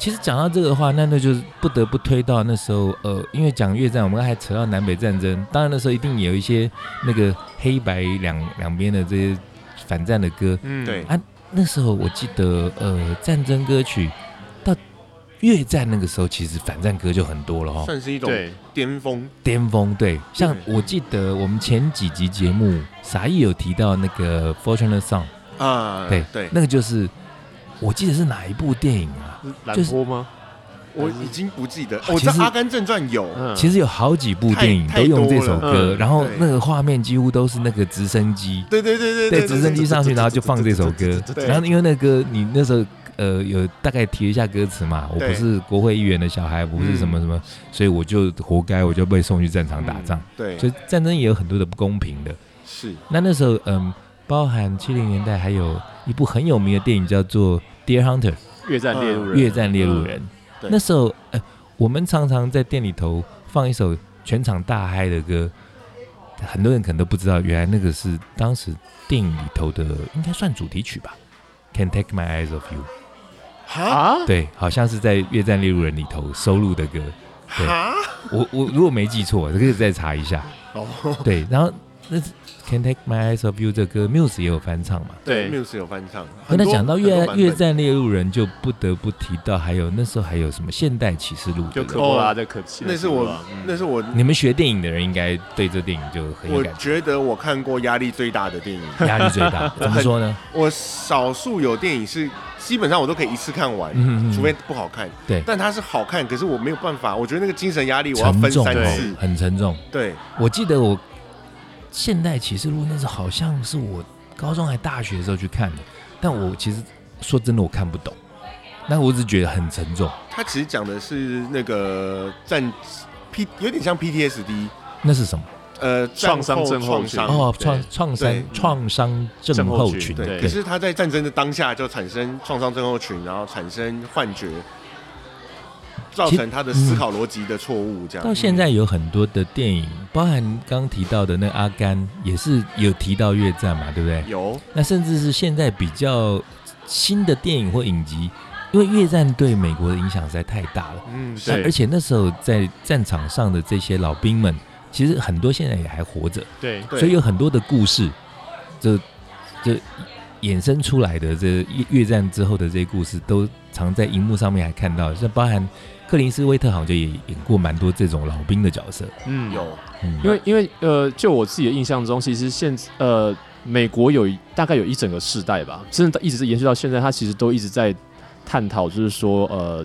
Speaker 3: 其实讲到这个的话，那那就是不得不推到那时候，呃，因为讲越战，我们刚才扯到南北战争，当然那时候一定有一些那个黑白两两边的这些反战的歌。
Speaker 2: 嗯
Speaker 1: 对
Speaker 3: 那时候我记得，呃，战争歌曲到越战那个时候，其实反战歌就很多了哦，
Speaker 1: 算是一种
Speaker 2: 对，
Speaker 1: 巅峰。
Speaker 3: 巅峰。对，像
Speaker 1: 对
Speaker 3: 我记得我们前几集节目，傻义有提到那个《Fortune Song》，
Speaker 1: 啊，
Speaker 3: 对
Speaker 1: 对，
Speaker 3: 那个就是我记得是哪一部电影啊？
Speaker 2: 兰波吗？
Speaker 1: 我已经不记得，
Speaker 3: 啊
Speaker 1: 我知道
Speaker 3: 其
Speaker 1: 《
Speaker 3: 实
Speaker 1: 阿甘正传》有，
Speaker 2: 嗯，
Speaker 3: 其
Speaker 2: 实
Speaker 3: 实有好几部
Speaker 1: 太
Speaker 3: 电影
Speaker 1: 太
Speaker 3: 都用这
Speaker 1: 多
Speaker 3: 首
Speaker 1: 了
Speaker 3: 歌，
Speaker 2: 嗯
Speaker 3: 然后
Speaker 1: 对
Speaker 3: 那个画面几乎都是那个直升机，
Speaker 1: 对对对
Speaker 3: 对
Speaker 1: 对，
Speaker 3: 直升机上去，然后就放这首歌。
Speaker 1: 对
Speaker 3: 然后因为那歌你那时候呃有大概提了一下歌词嘛，我
Speaker 1: 对
Speaker 3: 不是国会议员的小孩，不是什么什么，所以我就活该，我就被送去战场打仗。
Speaker 1: 对，
Speaker 3: 所以战争也有很多的不公平的。
Speaker 1: 是
Speaker 3: 那那时候嗯，包含七零年代还有一部很有名的电影叫做《Deer Hunter》。
Speaker 2: 越战猎路人，
Speaker 3: 越战猎路人。
Speaker 1: 对
Speaker 3: 那时候，呃，我们常常在店里头放一首全场大嗨的歌，很多人可能都不知道，原来那个是当时电影里头的，应该算主题曲吧。Can take my eyes off you，
Speaker 1: 哈
Speaker 2: 啊，
Speaker 3: 对，好像是在《越战猎路人》里头收录的歌。对
Speaker 1: 哈，
Speaker 3: 我我如果没记错，这个再查一下。
Speaker 1: 哦，
Speaker 3: 对，然后那是 Can take my eyes off you 这歌，Muse 也有翻唱嘛。
Speaker 1: [laughs]
Speaker 2: 对
Speaker 1: Muse 有翻唱。
Speaker 3: 那
Speaker 1: 很多
Speaker 3: 讲到
Speaker 1: 很
Speaker 3: 越
Speaker 1: 多版
Speaker 3: 《
Speaker 1: 本
Speaker 3: 越战猎路人》，就不得不提到还有那时候还有什么《现代启示录》
Speaker 2: 就
Speaker 3: 对不对
Speaker 2: 科波拉的可气，
Speaker 1: 哦那是我，那是我，
Speaker 3: 你们学电影的人应该对这电影就很有
Speaker 1: 我
Speaker 3: 感觉，
Speaker 1: 觉得我看过压力最大的电影。
Speaker 3: 压力最
Speaker 1: [laughs]
Speaker 3: 大。怎么说呢？
Speaker 1: 我少数有电影是基本上我都可以一次看完，
Speaker 3: 嗯嗯嗯
Speaker 1: 除非不好看。
Speaker 3: 对
Speaker 1: 但它是好看，可是我没有办法，我觉得那个精神压力我要
Speaker 3: 沉
Speaker 1: 分
Speaker 3: 重
Speaker 1: 三
Speaker 3: 哦
Speaker 1: 次，。
Speaker 3: 很沉重。
Speaker 1: 对，
Speaker 3: 我记得我《现代启示录》那时候好像是我高中还大学的时候去看的，但我其实说真的我看不懂，那我只觉得很沉重。
Speaker 1: 它其实讲的是那个战 P 有点像 PTSD，
Speaker 3: 那是什么？
Speaker 1: 呃，
Speaker 2: 创伤
Speaker 1: 战
Speaker 2: 症候
Speaker 1: 创
Speaker 2: 群
Speaker 1: 伤
Speaker 3: 哦，
Speaker 2: 对
Speaker 3: 创创
Speaker 1: 对
Speaker 3: 伤创伤症候
Speaker 2: 症候
Speaker 3: 群。
Speaker 2: 群
Speaker 1: 对，
Speaker 2: 对
Speaker 1: 可是他在战争的当下就产生创伤症候群，然后产生幻觉，造成他的思考逻辑的错误，这
Speaker 3: 到
Speaker 1: 样。
Speaker 3: 现在有很多的电影，包含刚刚提到的那个阿甘，也是有提到越战嘛，对不对？
Speaker 1: 嗯有
Speaker 3: 那甚至是现在比较新的电影或影集，因为越战对美国的影响实在太大了，
Speaker 1: 嗯
Speaker 2: 是
Speaker 3: 那
Speaker 2: 对
Speaker 3: 而且那时候在战场上的这些老兵们，其实很多现在也还活着，
Speaker 2: 对啊
Speaker 1: 对
Speaker 3: 所以有很多的故事，这这衍生出来的这越越战之后的这些故事，都常在荧幕上面还看到，像包含克林斯威特好像就也演过蛮多这种老兵的角色，
Speaker 2: 嗯
Speaker 1: 有啊
Speaker 3: 嗯，
Speaker 2: 因为因为呃，就我自己的印象中，其实现呃，美国有一大概有一整个世代吧，真的一直是延续到现在，它其实都一直在探讨，就是说呃，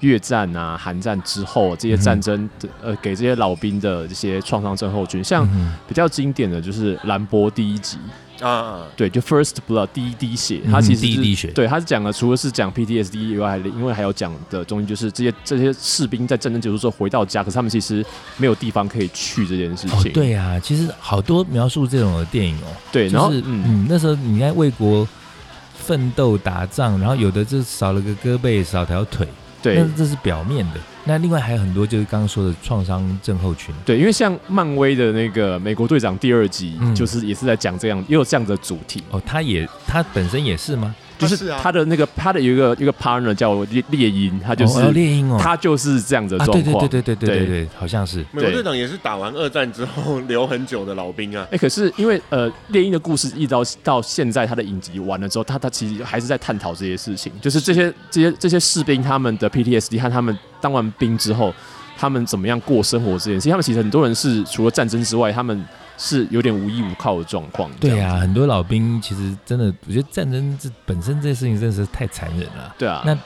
Speaker 2: 越战啊、韩战之后这些战争的，呃，给这些老兵的这些创伤症候群，像
Speaker 3: 嗯
Speaker 2: 比较经典的就是兰博第一集，
Speaker 1: 啊啊，
Speaker 2: 对，就 First Blood 第一滴血，
Speaker 3: 嗯
Speaker 2: 它其实
Speaker 3: 第一
Speaker 2: 是
Speaker 3: 滴血
Speaker 2: 对，它是讲了除了是讲 PTSD 以外，还因为还有讲的东西就是这些这些士兵在战争结束之后回到家，可是他们其实没有地方可以去这件事
Speaker 3: 哦
Speaker 2: 情，，
Speaker 3: 对啊，其实好多描述这种的电影哦，
Speaker 2: 对，然
Speaker 3: 就
Speaker 2: 后
Speaker 3: 是
Speaker 2: 嗯，
Speaker 3: 嗯，那时候你在为国奋斗打仗，然后有的就少了个胳膊，少条腿，
Speaker 2: 对
Speaker 3: 那。这是表面的。那另外还有很多就是刚刚说的创伤症候群，
Speaker 2: 对，因为像漫威的那个美国队长第二集，
Speaker 3: 嗯
Speaker 2: 就是也是在讲这样，也有这样的主题，
Speaker 3: 哦，他也他本身也是吗？
Speaker 2: 就
Speaker 1: 他
Speaker 2: 是
Speaker 1: 是啊
Speaker 2: 他的那个他的有一个一个 partner 叫猎猎鹰，他就是、
Speaker 3: 哦哦猎鹰哦，
Speaker 2: 他就是这样的
Speaker 3: 啊，
Speaker 2: 状
Speaker 3: 对对
Speaker 2: 况。
Speaker 3: 对对对对对
Speaker 2: 对
Speaker 3: 对，好像是
Speaker 1: 美国队长也是打完二战之后留很久的老兵啊。
Speaker 2: 哎、可是因为呃，猎鹰的故事一直到到现在，他的影集完了之后，他他其实还是在探讨这些事情，就是这些这些这些士兵他们的 PTSD 和他们当完兵之后，他们怎么样过生活这件事情。他们其实很多人是除了战争之外，他们是有点无依无靠的状况。这
Speaker 3: 对
Speaker 2: 样
Speaker 3: 啊，
Speaker 2: 子，
Speaker 3: 很多老兵其实真的，我觉得战争这本身这事情真的是太残忍了。
Speaker 2: 对啊，
Speaker 3: 那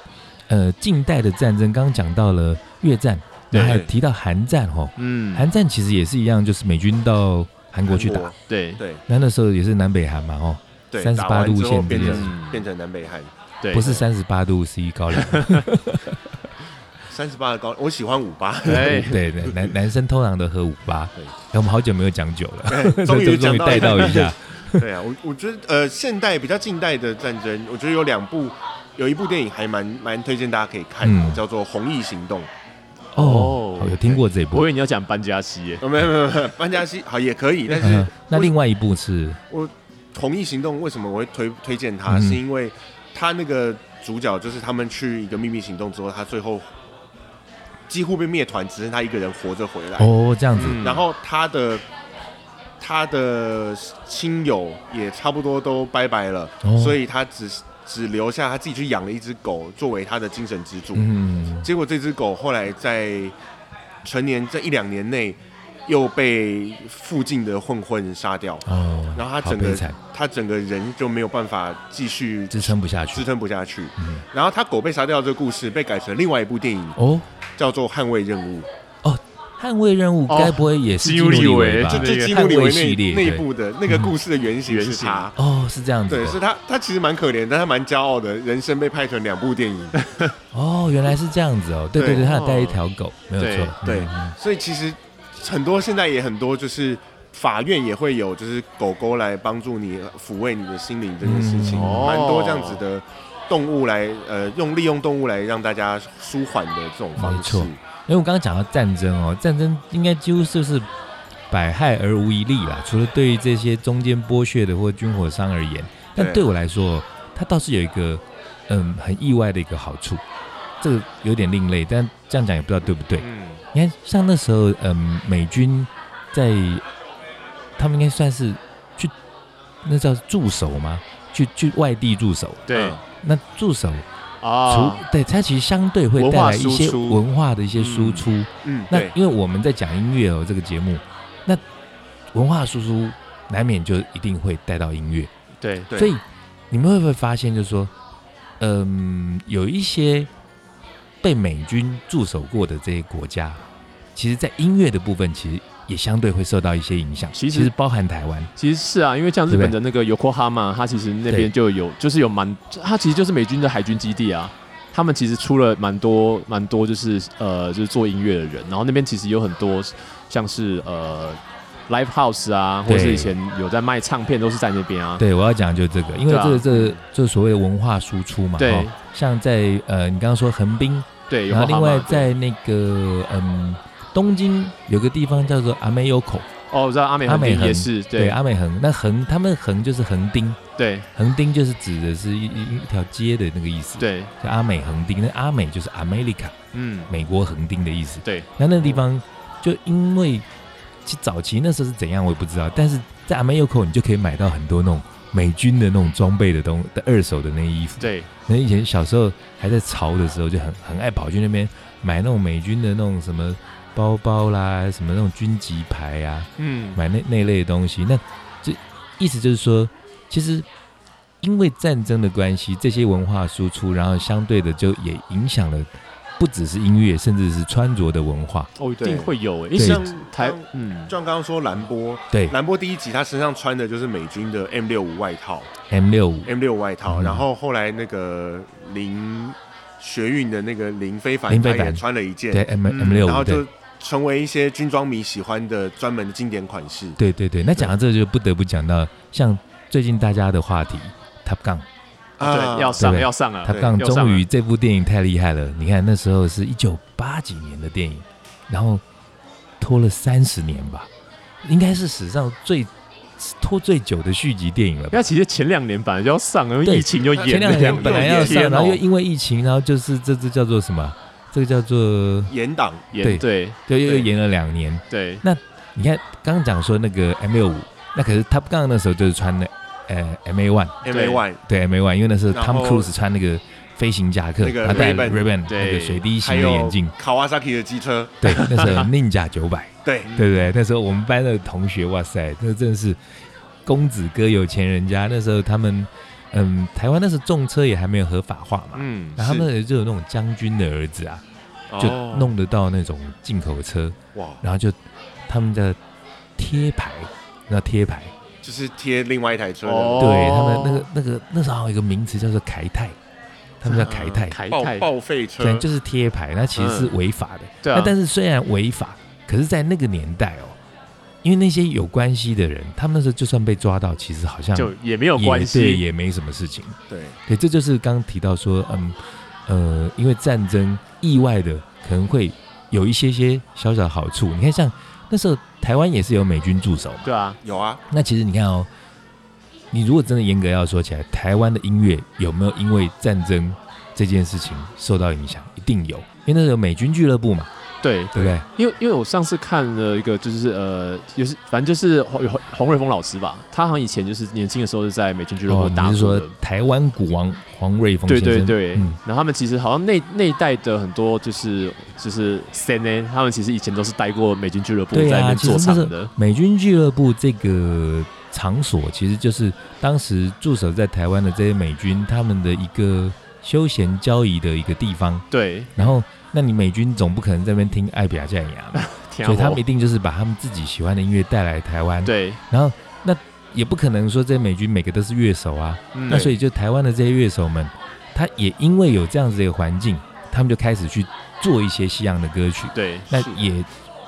Speaker 3: 呃，近代的战争刚刚讲到了越战，然后还有
Speaker 1: 对
Speaker 3: 提到韩战哦，
Speaker 2: 嗯，
Speaker 3: 韩战其实也是一样，就是美军到韩国去打，
Speaker 2: 对
Speaker 1: 对
Speaker 3: 那那时候也是南北韩嘛哦，
Speaker 1: 对，
Speaker 3: 38
Speaker 1: 打完之
Speaker 3: 路
Speaker 1: 后
Speaker 3: 线
Speaker 1: 变
Speaker 3: 对
Speaker 1: 成
Speaker 2: 嗯
Speaker 1: 变成南北韩，
Speaker 2: 对，
Speaker 3: 不是三十八度 C 高粱，
Speaker 1: 三十八的高，我喜欢五八，
Speaker 2: 哎，
Speaker 3: 对对，男
Speaker 2: [laughs]
Speaker 3: 男生通常都喝五八
Speaker 1: 对，
Speaker 3: 哎，我们好久没有讲酒了， [laughs]
Speaker 1: 终于
Speaker 3: 终
Speaker 1: 讲
Speaker 3: 于
Speaker 1: 到
Speaker 3: 带到
Speaker 2: [laughs]
Speaker 3: 一下，
Speaker 1: [laughs] 对啊，我我觉得呃，现代比较近代的战争，我觉得有两部，有一部电影还蛮蛮推荐大家可以看的，
Speaker 3: 嗯
Speaker 1: 叫做《红翼行动》。
Speaker 3: 哦，好有听过这
Speaker 2: 我以
Speaker 3: 部，
Speaker 2: 为你要讲班加西耶，
Speaker 1: 呃，没有没有没有，班加西好也可以，但是
Speaker 3: 嗯那另外一部是
Speaker 1: 《红翼行动》为什么我会推推荐它，
Speaker 3: 嗯
Speaker 1: 是因为它那个主角就是他们去一个秘密行动之后，他最后几乎被灭团，只剩他一个人活着回来。
Speaker 3: 哦这样子，
Speaker 2: 嗯
Speaker 1: 然后他的他的亲友也差不多都拜拜了，
Speaker 3: 哦
Speaker 1: 所以他只只留下他自己去养了一只狗作为他的精神支柱。
Speaker 3: 嗯，
Speaker 1: 结果这只狗后来在成年这一两年内又被附近的混混杀掉，
Speaker 3: 哦，
Speaker 1: 然后他
Speaker 3: 好
Speaker 1: 整个
Speaker 3: 悲惨
Speaker 1: 他整个人就没有办法继续
Speaker 3: 支撑不下
Speaker 1: 支
Speaker 3: 去，
Speaker 1: 撑不下去。
Speaker 3: 嗯，
Speaker 1: 然后他狗被杀掉这个故事被改成另外一部电影，
Speaker 3: 哦，
Speaker 1: 叫做《捍卫任务》，
Speaker 3: 捍卫任务
Speaker 2: 哦
Speaker 3: 该不会也是
Speaker 2: 基
Speaker 3: 基
Speaker 2: 努
Speaker 3: 努
Speaker 2: 里
Speaker 3: 里
Speaker 2: 维
Speaker 3: 维吧？
Speaker 2: 这
Speaker 1: 就
Speaker 2: 个
Speaker 1: 就基努里
Speaker 3: 啊捍卫
Speaker 1: 维
Speaker 3: 系列
Speaker 1: 那那一
Speaker 3: 对
Speaker 1: 部的那个故事的原型
Speaker 2: 原
Speaker 1: 是
Speaker 2: 型
Speaker 1: 他。
Speaker 3: 哦，是这样子
Speaker 1: [laughs] 对，是
Speaker 3: 的，
Speaker 1: 他，他其实蛮可怜，但他蛮骄傲的，人生被拍成两部电
Speaker 3: [laughs]
Speaker 1: 影，
Speaker 3: 哦，原来是这样子哦，对对
Speaker 1: 对
Speaker 3: 对，他有
Speaker 2: 哦
Speaker 3: 带一条狗，没有
Speaker 2: 对
Speaker 3: 错，
Speaker 1: 对
Speaker 3: 嗯，嗯
Speaker 1: 所以其实很多现在也很多，就是法院也会有，就是狗狗来帮助你抚慰你的心灵这件事情，
Speaker 3: 嗯
Speaker 2: 哦
Speaker 1: 蛮多这样子的动物来，呃，用利用动物来让大家舒缓的这种方式
Speaker 3: 没错。因为我刚刚讲到战争哦，战争应该几乎就是百害而无一利啦，除了对于这些中间剥削的或军火商而言，但
Speaker 1: 对
Speaker 3: 对我来说，它倒是有一个嗯很意外的一个好处，这个有点另类，但这样讲也不知道对不对。
Speaker 2: 嗯，
Speaker 3: 你看，像那时候，嗯，美军在他们应该算是去那叫驻守吗？去去外地驻守，
Speaker 2: 对
Speaker 1: 嗯
Speaker 3: 那驻守除、
Speaker 2: 啊，
Speaker 3: 对它其实相对会带来一
Speaker 2: 文化输
Speaker 3: 些
Speaker 2: 出
Speaker 3: 文化的一些输出。
Speaker 1: 嗯，
Speaker 3: 那
Speaker 1: 对，
Speaker 3: 因为我们在讲音乐哦这个节目，那文化输出难免就一定会带到音乐，
Speaker 2: 对
Speaker 1: 对
Speaker 3: 所以你们会不会发现，就是说，嗯，有一些被美军驻守过的这些国家，其实在音乐的部分，其实也相对会受到一些影响。
Speaker 2: 其实
Speaker 3: 包含台湾，
Speaker 2: 其实是啊，因为像日本的那个 Yokohama，它其实那边就有，就是有蛮，它其实就是美军的海军基地啊。他们其实出了蛮多蛮多，就是呃，就是做音乐的人。然后那边其实有很多像是呃 live house 啊，或
Speaker 3: 对
Speaker 2: 者是以前有在卖唱片，都是在那边啊。
Speaker 3: 对我要讲的就是这个，因为
Speaker 2: 对啊
Speaker 3: 这个、这个、这所谓的文化输出嘛，
Speaker 2: 对
Speaker 3: 哦像在呃，你刚刚说横滨，
Speaker 2: 对，
Speaker 3: 然后
Speaker 2: Yokohama，
Speaker 3: 另外
Speaker 2: 对
Speaker 3: 在那个嗯东京有个地方叫做阿美优口，
Speaker 2: 哦，我知道阿美横
Speaker 3: 阿美
Speaker 2: 滨
Speaker 3: 横
Speaker 2: 也是，
Speaker 3: 对
Speaker 2: 对
Speaker 3: 啊阿美横，那横他们横就是横丁，
Speaker 2: 对
Speaker 3: 横丁就是指的是一一一条街的那个意思，
Speaker 2: 对，
Speaker 3: 叫阿美横丁，那阿美就是 America，
Speaker 2: 嗯，
Speaker 3: 美国横丁的意思。
Speaker 2: 对，
Speaker 3: 那那个地方就因为其实早期那时候是怎样我也不知道，但是在阿美优口你就可以买到很多那种美军的那种装备的东的二手的那衣服。
Speaker 2: 对
Speaker 3: 那以前小时候还在潮的时候，就很很爱跑去那边买那种美军的那种什么包包啦，什么那种军籍牌啊，
Speaker 2: 嗯，
Speaker 3: 买那那类的东西。那这意思就是说，其实因为战争的关系，这些文化输出，然后相对的就也影响了不只是音乐，甚至是穿着的文化。
Speaker 2: 哦，一
Speaker 1: 对
Speaker 2: 定会有诶、因
Speaker 3: 对
Speaker 2: 为
Speaker 1: 像
Speaker 2: 像台
Speaker 1: 像
Speaker 2: 嗯，
Speaker 1: 像刚刚说兰波，
Speaker 3: 对
Speaker 1: 兰波第一集他身上穿的就是美军的 M 六五外套
Speaker 3: ，M 六五，
Speaker 1: ，M 六外套，
Speaker 3: 嗯
Speaker 1: 然后后来那个林学运的那个林非凡，
Speaker 3: 林非
Speaker 1: 他
Speaker 3: 凡
Speaker 1: 也穿了一件，
Speaker 3: 对 M M 六
Speaker 1: 嗯然后
Speaker 3: 五，
Speaker 1: 就
Speaker 3: 对
Speaker 1: 成为一些军装迷喜欢的专门的经典款式。
Speaker 3: 对对对。那讲到这个，就不得不讲到像最近大家的话题《Top Gun》。
Speaker 2: 啊哦对，要
Speaker 3: 对
Speaker 2: 上
Speaker 3: 不对
Speaker 2: 要上啊
Speaker 3: 他，
Speaker 1: 对
Speaker 3: 刚
Speaker 2: 又上
Speaker 3: 终
Speaker 2: 了
Speaker 3: 于这部电影太厉害了，你看那时候是一九八几年的电影，然后拖了三十年吧，应该是史上最拖最久的续集电影了
Speaker 2: 因
Speaker 3: 吧。
Speaker 2: 为其实前两年本来就要上，然后
Speaker 3: 对
Speaker 2: 疫情就
Speaker 3: 前
Speaker 2: 演
Speaker 3: 两
Speaker 2: 了，
Speaker 3: 年本来要上，
Speaker 2: 天
Speaker 3: 然后又
Speaker 2: 哦
Speaker 3: 因为疫情，然后就是这这叫做什么？这个叫做
Speaker 1: 严党
Speaker 2: 演对
Speaker 3: 就又又
Speaker 1: 对
Speaker 3: 延了两年。
Speaker 2: 对
Speaker 3: 你看刚刚讲说那个 M 六五，那可是 Top Gun 那时候就是穿的呃 M A One，
Speaker 1: M A One，
Speaker 3: 对 M A One，因为那时候
Speaker 1: 然后
Speaker 3: Tom Cruise 穿那个飞行夹克，
Speaker 1: 那个
Speaker 3: 他戴了
Speaker 1: Ray-Ban
Speaker 3: Ray-Ban 那
Speaker 2: 对
Speaker 3: 个水滴
Speaker 1: 还
Speaker 3: 型的
Speaker 1: 有
Speaker 3: 眼镜，
Speaker 1: Kawasaki 的机车，
Speaker 3: 对，那时候 Ninja 九百，
Speaker 1: 对，
Speaker 3: 对不对？那时候我们班的同学，哇塞，那真的是公子哥有钱人家。那时候他们，嗯，台湾那时候重车也还没有合法化嘛，
Speaker 2: 嗯，
Speaker 3: 然后他们就有那种将军的儿子啊，就
Speaker 2: 哦
Speaker 3: 弄得到那种进口车，
Speaker 1: 哇，
Speaker 3: 然后就他们的贴牌，那贴牌，
Speaker 1: 就是贴另外一台车的
Speaker 2: 哦
Speaker 3: 对他们那个那个那时候好像有一个名词叫做凯泰，他们叫凯泰，
Speaker 2: 啊凯
Speaker 1: 报
Speaker 2: 泰
Speaker 1: 报废
Speaker 3: 可能
Speaker 1: 车，
Speaker 3: 就是贴牌，那其实是违法的。
Speaker 2: 对
Speaker 3: 那
Speaker 2: 啊，
Speaker 3: 但是虽然违法，可是，在那个年代哦，因为那些有关系的人，他们那时候就算被抓到，其实好像
Speaker 2: 就也没有
Speaker 3: 也
Speaker 2: 关
Speaker 3: 对
Speaker 2: 系，
Speaker 3: 也没什么事情。
Speaker 1: 对，
Speaker 3: 对，这就是刚刚提到说，嗯，呃，因为战争意外的可能会有一些些小小的好处。你看，像那时候台湾也是有美军驻守嘛，
Speaker 2: 对啊，
Speaker 1: 有啊，
Speaker 3: 那其实你看哦。你如果真的严格要说起来，台湾的音乐有没有因为战争这件事情受到影响？一定有，因为那时候有美军俱乐部嘛，
Speaker 2: 对，
Speaker 3: 对不对？
Speaker 2: 因为因为我上次看了一个，就是呃，就是反正就是洪洪洪瑞峰老师吧，他好像以前就是年轻的时候是在美军俱乐部
Speaker 3: 哦，
Speaker 2: 打
Speaker 3: 你是
Speaker 2: 鼓
Speaker 3: 说
Speaker 2: 的，
Speaker 3: 台湾鼓王黄瑞峰
Speaker 2: 对
Speaker 3: 先生？
Speaker 2: 对对，
Speaker 3: 嗯，
Speaker 2: 然后他们其实好像那那一代的很多就是就是 CNA，他们其实以前都是待过美军俱乐部
Speaker 3: 对啊
Speaker 2: 在那边做
Speaker 3: 其实
Speaker 2: 场
Speaker 3: 那是
Speaker 2: 的，
Speaker 3: 美军俱乐部这个场所其实就是当时驻守在台湾的这些美军他们的一个休闲交易的一个地方。
Speaker 2: 对，
Speaker 3: 然后，那你美军总不可能在那边听爱比亚加牙
Speaker 2: [laughs]
Speaker 3: 嘛，
Speaker 2: 天啊
Speaker 3: 所以他们
Speaker 2: 我
Speaker 3: 一定就是把他们自己喜欢的音乐带来台湾。，
Speaker 2: 对，
Speaker 3: 然后那也不可能说这些美军每个都是乐手啊，
Speaker 2: 嗯
Speaker 3: 那所以就台湾的这些乐手们，他也因为有这样子的一个环境，他们就开始去做一些西洋的歌曲。
Speaker 2: 对
Speaker 3: 那
Speaker 1: 是
Speaker 3: 也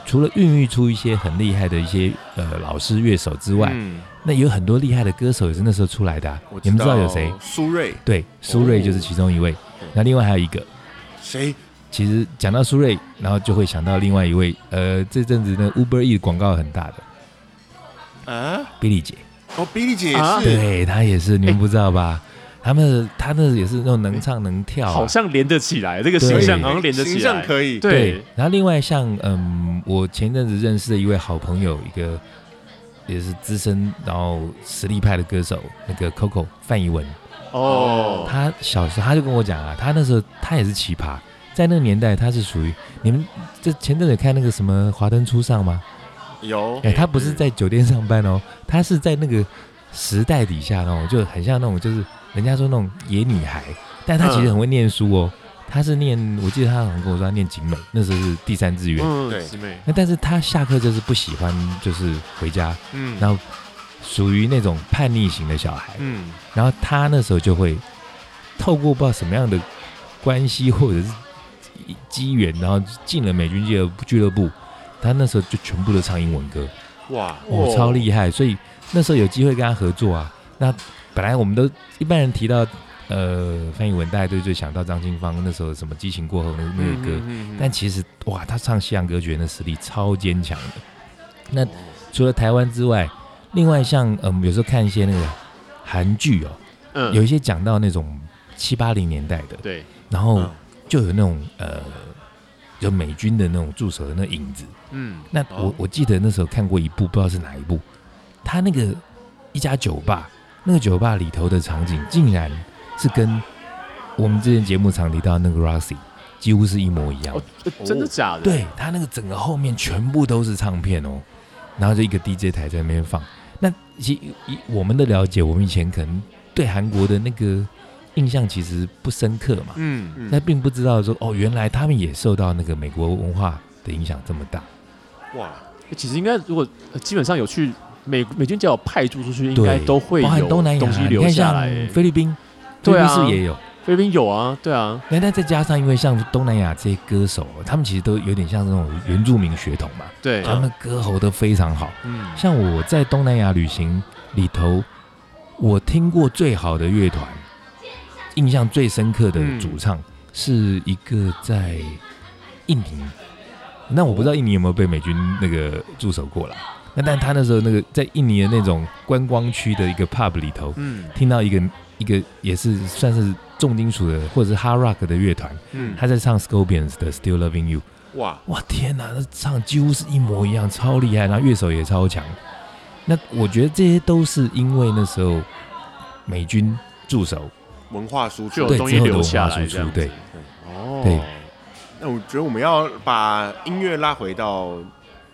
Speaker 3: 除了孕育出一些很厉害的一些呃老师乐手之外，
Speaker 2: 嗯
Speaker 3: 那有很多厉害的歌手也是那时候出来的、啊
Speaker 1: 我。
Speaker 3: 你们知道有谁？
Speaker 1: 苏芮，
Speaker 3: 对，苏芮就是其中一位。那另外还有一个，
Speaker 1: 谁？
Speaker 3: 其实讲到苏芮，然后就会想到另外一位，呃，这阵子呢 Uber E 广告很大的
Speaker 1: 啊？
Speaker 3: Billy 姐，
Speaker 1: 哦，Billy 姐也
Speaker 2: 啊
Speaker 1: 是，
Speaker 3: 对她也是，你们不知道吧？他们她那也是那种能唱能跳、啊，
Speaker 2: 好像连得起来，这个
Speaker 3: 对
Speaker 2: 形象好像连得
Speaker 1: 形
Speaker 2: 起
Speaker 1: 象
Speaker 2: 来，
Speaker 1: 可以，
Speaker 2: 对，
Speaker 3: 然后另外像嗯，我前阵子认识的一位好朋友，一个也是资深然后实力派的歌手，那个 Coco 范怡文，
Speaker 2: 哦，
Speaker 3: 他小时候他就跟我讲啊，他那时候他也是奇葩，在那个年代他是属于你们这前阵子看那个什么《华灯初上》吗？
Speaker 1: 有
Speaker 3: 哎、他不是
Speaker 1: 嗯
Speaker 3: 在酒店上班哦，他是在那个时代底下哦，就很像那种就是人家说那种野女孩，但他其
Speaker 2: 嗯
Speaker 3: 实很会念书哦。他是念，我记得他好像跟我说他念景美，那时候是第三志愿。
Speaker 2: 嗯，
Speaker 1: 对
Speaker 2: 师妹，
Speaker 3: 那但是他下课就是不喜欢，就是回家，
Speaker 1: 嗯
Speaker 3: 然后属于那种叛逆型的小孩。
Speaker 2: 嗯，
Speaker 3: 然后他那时候就会透过不知道什么样的关系或者是机机缘，然后进了美军俱乐部俱乐部。他那时候就全部都唱英文歌，
Speaker 1: 哇，
Speaker 3: 哦，超厉害！所以那时候有机会跟他合作啊。那本来我们都一般人提到呃范逸文，大家都就想到张清芳那时候什么激情过后那那个歌，
Speaker 2: 嗯，
Speaker 3: 但其实哇，他唱西洋歌曲的实力超坚强的。那
Speaker 1: 哦
Speaker 3: 除了台湾之外，另外像嗯，有时候看一些那个韩剧哦，
Speaker 2: 嗯
Speaker 3: 有一些讲到那种七八零年代的，
Speaker 2: 对，
Speaker 3: 然后
Speaker 1: 嗯
Speaker 3: 就有那种呃，就美军的那种驻守的那影子。
Speaker 2: 嗯，
Speaker 3: 那
Speaker 1: 哦
Speaker 3: 我我记得那时候看过一部，不知道是哪一部，他那个一家酒吧，那个酒吧里头的场景竟然是跟我们之前节目常提到那个 Roxy 几乎是一模一样
Speaker 2: 哦。，呃真的假的？，
Speaker 3: 对他那个整个后面全部都是唱片哦，然后就一个 DJ 台在那边放。那其以以我们的了解，我们以前可能对韩国的那个印象其实不深刻嘛，
Speaker 1: 嗯
Speaker 3: 那
Speaker 1: 嗯，
Speaker 3: 并不知道说哦，原来他们也受到那个美国文化的影响这么大。
Speaker 1: 嗯哇，
Speaker 2: 其实应该如果呃基本上有去美美军只要有派驻出去，应该
Speaker 3: 对
Speaker 2: 都会
Speaker 3: 包含
Speaker 2: 有
Speaker 3: 东南亚，
Speaker 2: 东西
Speaker 3: 你
Speaker 2: 留
Speaker 3: 看
Speaker 2: 下来。
Speaker 3: 像菲律宾，
Speaker 2: 对啊
Speaker 3: 菲律宾是不是也有？
Speaker 2: 菲律宾有啊，对啊，
Speaker 3: 那那再加上，因为像东南亚这些歌手，他们其实都有点像那种原住民血统嘛，
Speaker 2: 对，啊
Speaker 3: 他们歌喉都非常好。
Speaker 2: 嗯，
Speaker 3: 像我在东南亚旅行里头，我听过最好的乐团，印象最深刻的主唱、是一个在印尼。那我不知道印尼有没有被美军那个驻守过啦。那但他那时候那个在印尼的那种观光区的一个 pub 里头，
Speaker 1: 嗯
Speaker 3: 听到一个一个也是算是重金属的或者是 hard rock 的乐团，
Speaker 1: 嗯，
Speaker 3: 他在唱 Scorpions 的 Still Loving You。
Speaker 1: 哇，
Speaker 3: 哇天哪，那唱几乎是一模一样，超厉害，然后乐手也超强。那我觉得这些都是因为那时候美军驻守，
Speaker 1: 文化输出
Speaker 2: 就有
Speaker 3: 对
Speaker 2: 东
Speaker 3: 之
Speaker 2: 西
Speaker 3: 后的
Speaker 2: 哦留下
Speaker 3: 文化
Speaker 2: 来
Speaker 3: 输
Speaker 2: 这样
Speaker 3: 出对
Speaker 2: 子。哦，
Speaker 3: 对
Speaker 1: 那我觉得我们要把音乐拉回到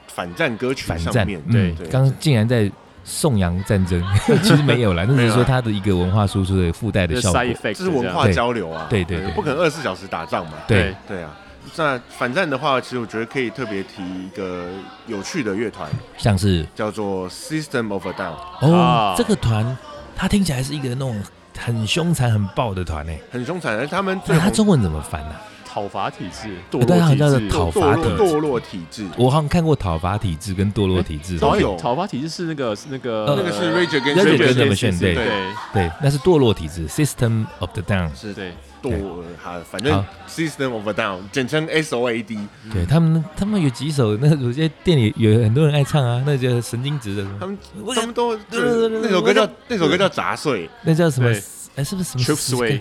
Speaker 1: 反战歌曲
Speaker 3: 反
Speaker 1: 上
Speaker 3: 战，嗯
Speaker 1: 面，
Speaker 2: 对
Speaker 1: 对
Speaker 3: 刚竟然在颂扬战
Speaker 2: [laughs]
Speaker 3: 争，其实没有啦，那
Speaker 1: 没
Speaker 3: 只
Speaker 1: 有
Speaker 3: 是
Speaker 1: 啦
Speaker 3: 说它的一个文化输出的附带
Speaker 2: 啊这
Speaker 3: 的
Speaker 2: 是
Speaker 3: 效果
Speaker 2: side。effect，
Speaker 1: 这是文
Speaker 2: 样
Speaker 1: 化
Speaker 3: 对
Speaker 1: 交流啊，
Speaker 3: 对对对
Speaker 1: 不可能二十四小时打仗嘛，
Speaker 3: 对，
Speaker 1: 对啊。那反战的话，其实我觉得可以特别提一个有趣的乐团，
Speaker 3: 像是
Speaker 1: 叫做 System of a Down，
Speaker 3: 哦
Speaker 2: 啊，
Speaker 3: 这个团，它听起来是一个那种很凶残、很暴的团诶。
Speaker 1: 很凶残，而他们最
Speaker 3: 那它
Speaker 1: 红
Speaker 3: 中文怎么翻呢？啊
Speaker 2: 讨伐体制，堕
Speaker 3: 对它好像
Speaker 2: 落
Speaker 3: 是
Speaker 2: 体制，
Speaker 3: 讨
Speaker 1: 堕
Speaker 3: 伐
Speaker 1: 落
Speaker 3: 体制
Speaker 1: 堕落体制，
Speaker 3: 我好像看过讨伐体制跟堕落体制，
Speaker 1: 都
Speaker 2: 讨
Speaker 1: 有
Speaker 2: 讨伐体制是那个是那个
Speaker 3: 呃
Speaker 1: 那个是 Rage Against
Speaker 3: Rage
Speaker 1: the
Speaker 3: Against the
Speaker 1: Machine，
Speaker 3: Machine，对
Speaker 2: 对
Speaker 3: 对，那是堕落体制 （System of the Down）。
Speaker 1: 是
Speaker 2: 对，
Speaker 1: 堕哈，反正
Speaker 3: 好
Speaker 1: System of a Down，简称 SOAD，
Speaker 3: 对他们，他们有几首，那有些店里有很多人爱唱啊，那叫神经质的什
Speaker 1: 他
Speaker 3: 么，
Speaker 1: 们
Speaker 3: 我
Speaker 1: 他们都
Speaker 3: 对对对对
Speaker 1: 那首歌
Speaker 3: 我
Speaker 1: 叫
Speaker 3: 想
Speaker 1: 那首歌叫杂碎，
Speaker 3: 那叫什么
Speaker 2: 对？
Speaker 3: 哎，是不是什么
Speaker 2: Trip
Speaker 3: 十
Speaker 2: Sway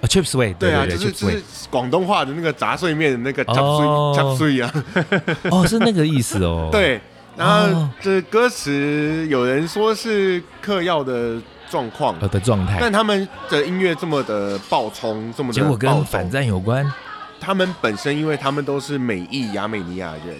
Speaker 3: 啊，Chips Way，
Speaker 1: 对啊，就
Speaker 3: 对
Speaker 1: 是
Speaker 3: ，Chips
Speaker 1: 就
Speaker 3: Way，
Speaker 1: 是广东话的那个杂碎面的那个杂碎
Speaker 3: 哦
Speaker 1: 杂碎啊，。，
Speaker 3: 哦，是那个意思
Speaker 1: [laughs]
Speaker 3: 哦
Speaker 1: 对。然后
Speaker 3: 哦
Speaker 1: 这歌词有人说是嗑药的状况，
Speaker 3: 呃的状态
Speaker 1: 但，他们的音乐这么的爆冲，这么的
Speaker 3: 结果
Speaker 1: 暴
Speaker 3: 跟
Speaker 1: 走
Speaker 3: 反，战有关。
Speaker 1: 他们本身因为他们都是美裔亚美尼亚人，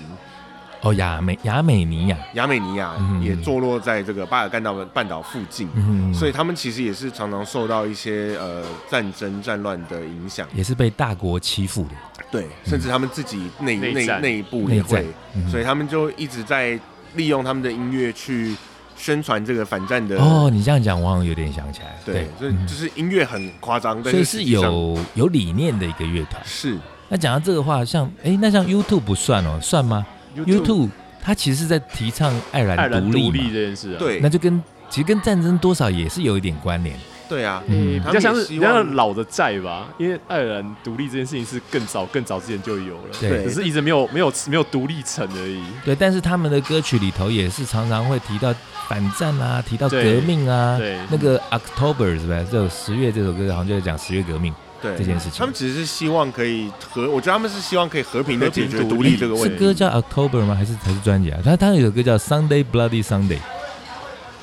Speaker 3: 哦，亚美亚美尼亚，
Speaker 1: 亚美尼亚
Speaker 3: 嗯
Speaker 1: 也坐落在这个巴尔干岛半岛附近，
Speaker 3: 嗯，
Speaker 1: 所以他们其实也是常常受到一些呃战争战乱的影响，
Speaker 3: 也是被大国欺负的。
Speaker 1: 对，甚至他们自己内
Speaker 2: 内
Speaker 1: 内
Speaker 2: 战
Speaker 1: 内部也会
Speaker 3: 内战，嗯
Speaker 1: 所以他们就一直在利用他们的音乐去宣传这个反战的。
Speaker 3: 哦，你这样讲，我好像有点想起来了。
Speaker 1: 对
Speaker 3: 对，，
Speaker 1: 所以
Speaker 3: 嗯
Speaker 1: 就是音乐很夸张，但
Speaker 3: 所以
Speaker 1: 实
Speaker 3: 是
Speaker 1: 际上
Speaker 3: 有有理念的一个乐团。
Speaker 1: 是
Speaker 3: 那讲到这个话，像哎，那像 YouTube 不算哦，算吗？YouTube 它其实是在提倡爱尔
Speaker 2: 爱尔
Speaker 3: 兰
Speaker 2: 兰
Speaker 3: 独
Speaker 2: 独
Speaker 3: 立嘛
Speaker 2: 立。这件事啊，
Speaker 1: 对
Speaker 3: 那就跟其实跟战争多少也是有一点关联。
Speaker 1: 对啊，
Speaker 3: 嗯
Speaker 2: 比
Speaker 1: 他
Speaker 2: 较
Speaker 1: 们
Speaker 2: 像
Speaker 1: 也
Speaker 2: 是比
Speaker 1: 希
Speaker 2: 较
Speaker 1: 望
Speaker 2: 像老的债吧，因为爱尔兰独立这件事情是更早更早之前就有了，
Speaker 1: 对
Speaker 2: 只是一直没有没有没有独立成而已。
Speaker 3: 对，但是他们的歌曲里头也是常常会提到反战啊，提到
Speaker 2: 对
Speaker 3: 革命啊。
Speaker 2: 对
Speaker 3: 那个 October 是吧？这十月这首歌好像就是讲十月革命
Speaker 1: 对
Speaker 3: 这件事
Speaker 1: 他
Speaker 3: 情
Speaker 1: 们。只是希望可以和，我觉得他们是希望可以和平的
Speaker 2: 和平
Speaker 1: 解决
Speaker 2: 独
Speaker 1: 独
Speaker 2: 立
Speaker 1: 立这个问
Speaker 3: 是
Speaker 1: 题。
Speaker 3: 歌叫 October 吗？还是还是专辑啊？他他有首歌叫 Sunday Bloody Sunday，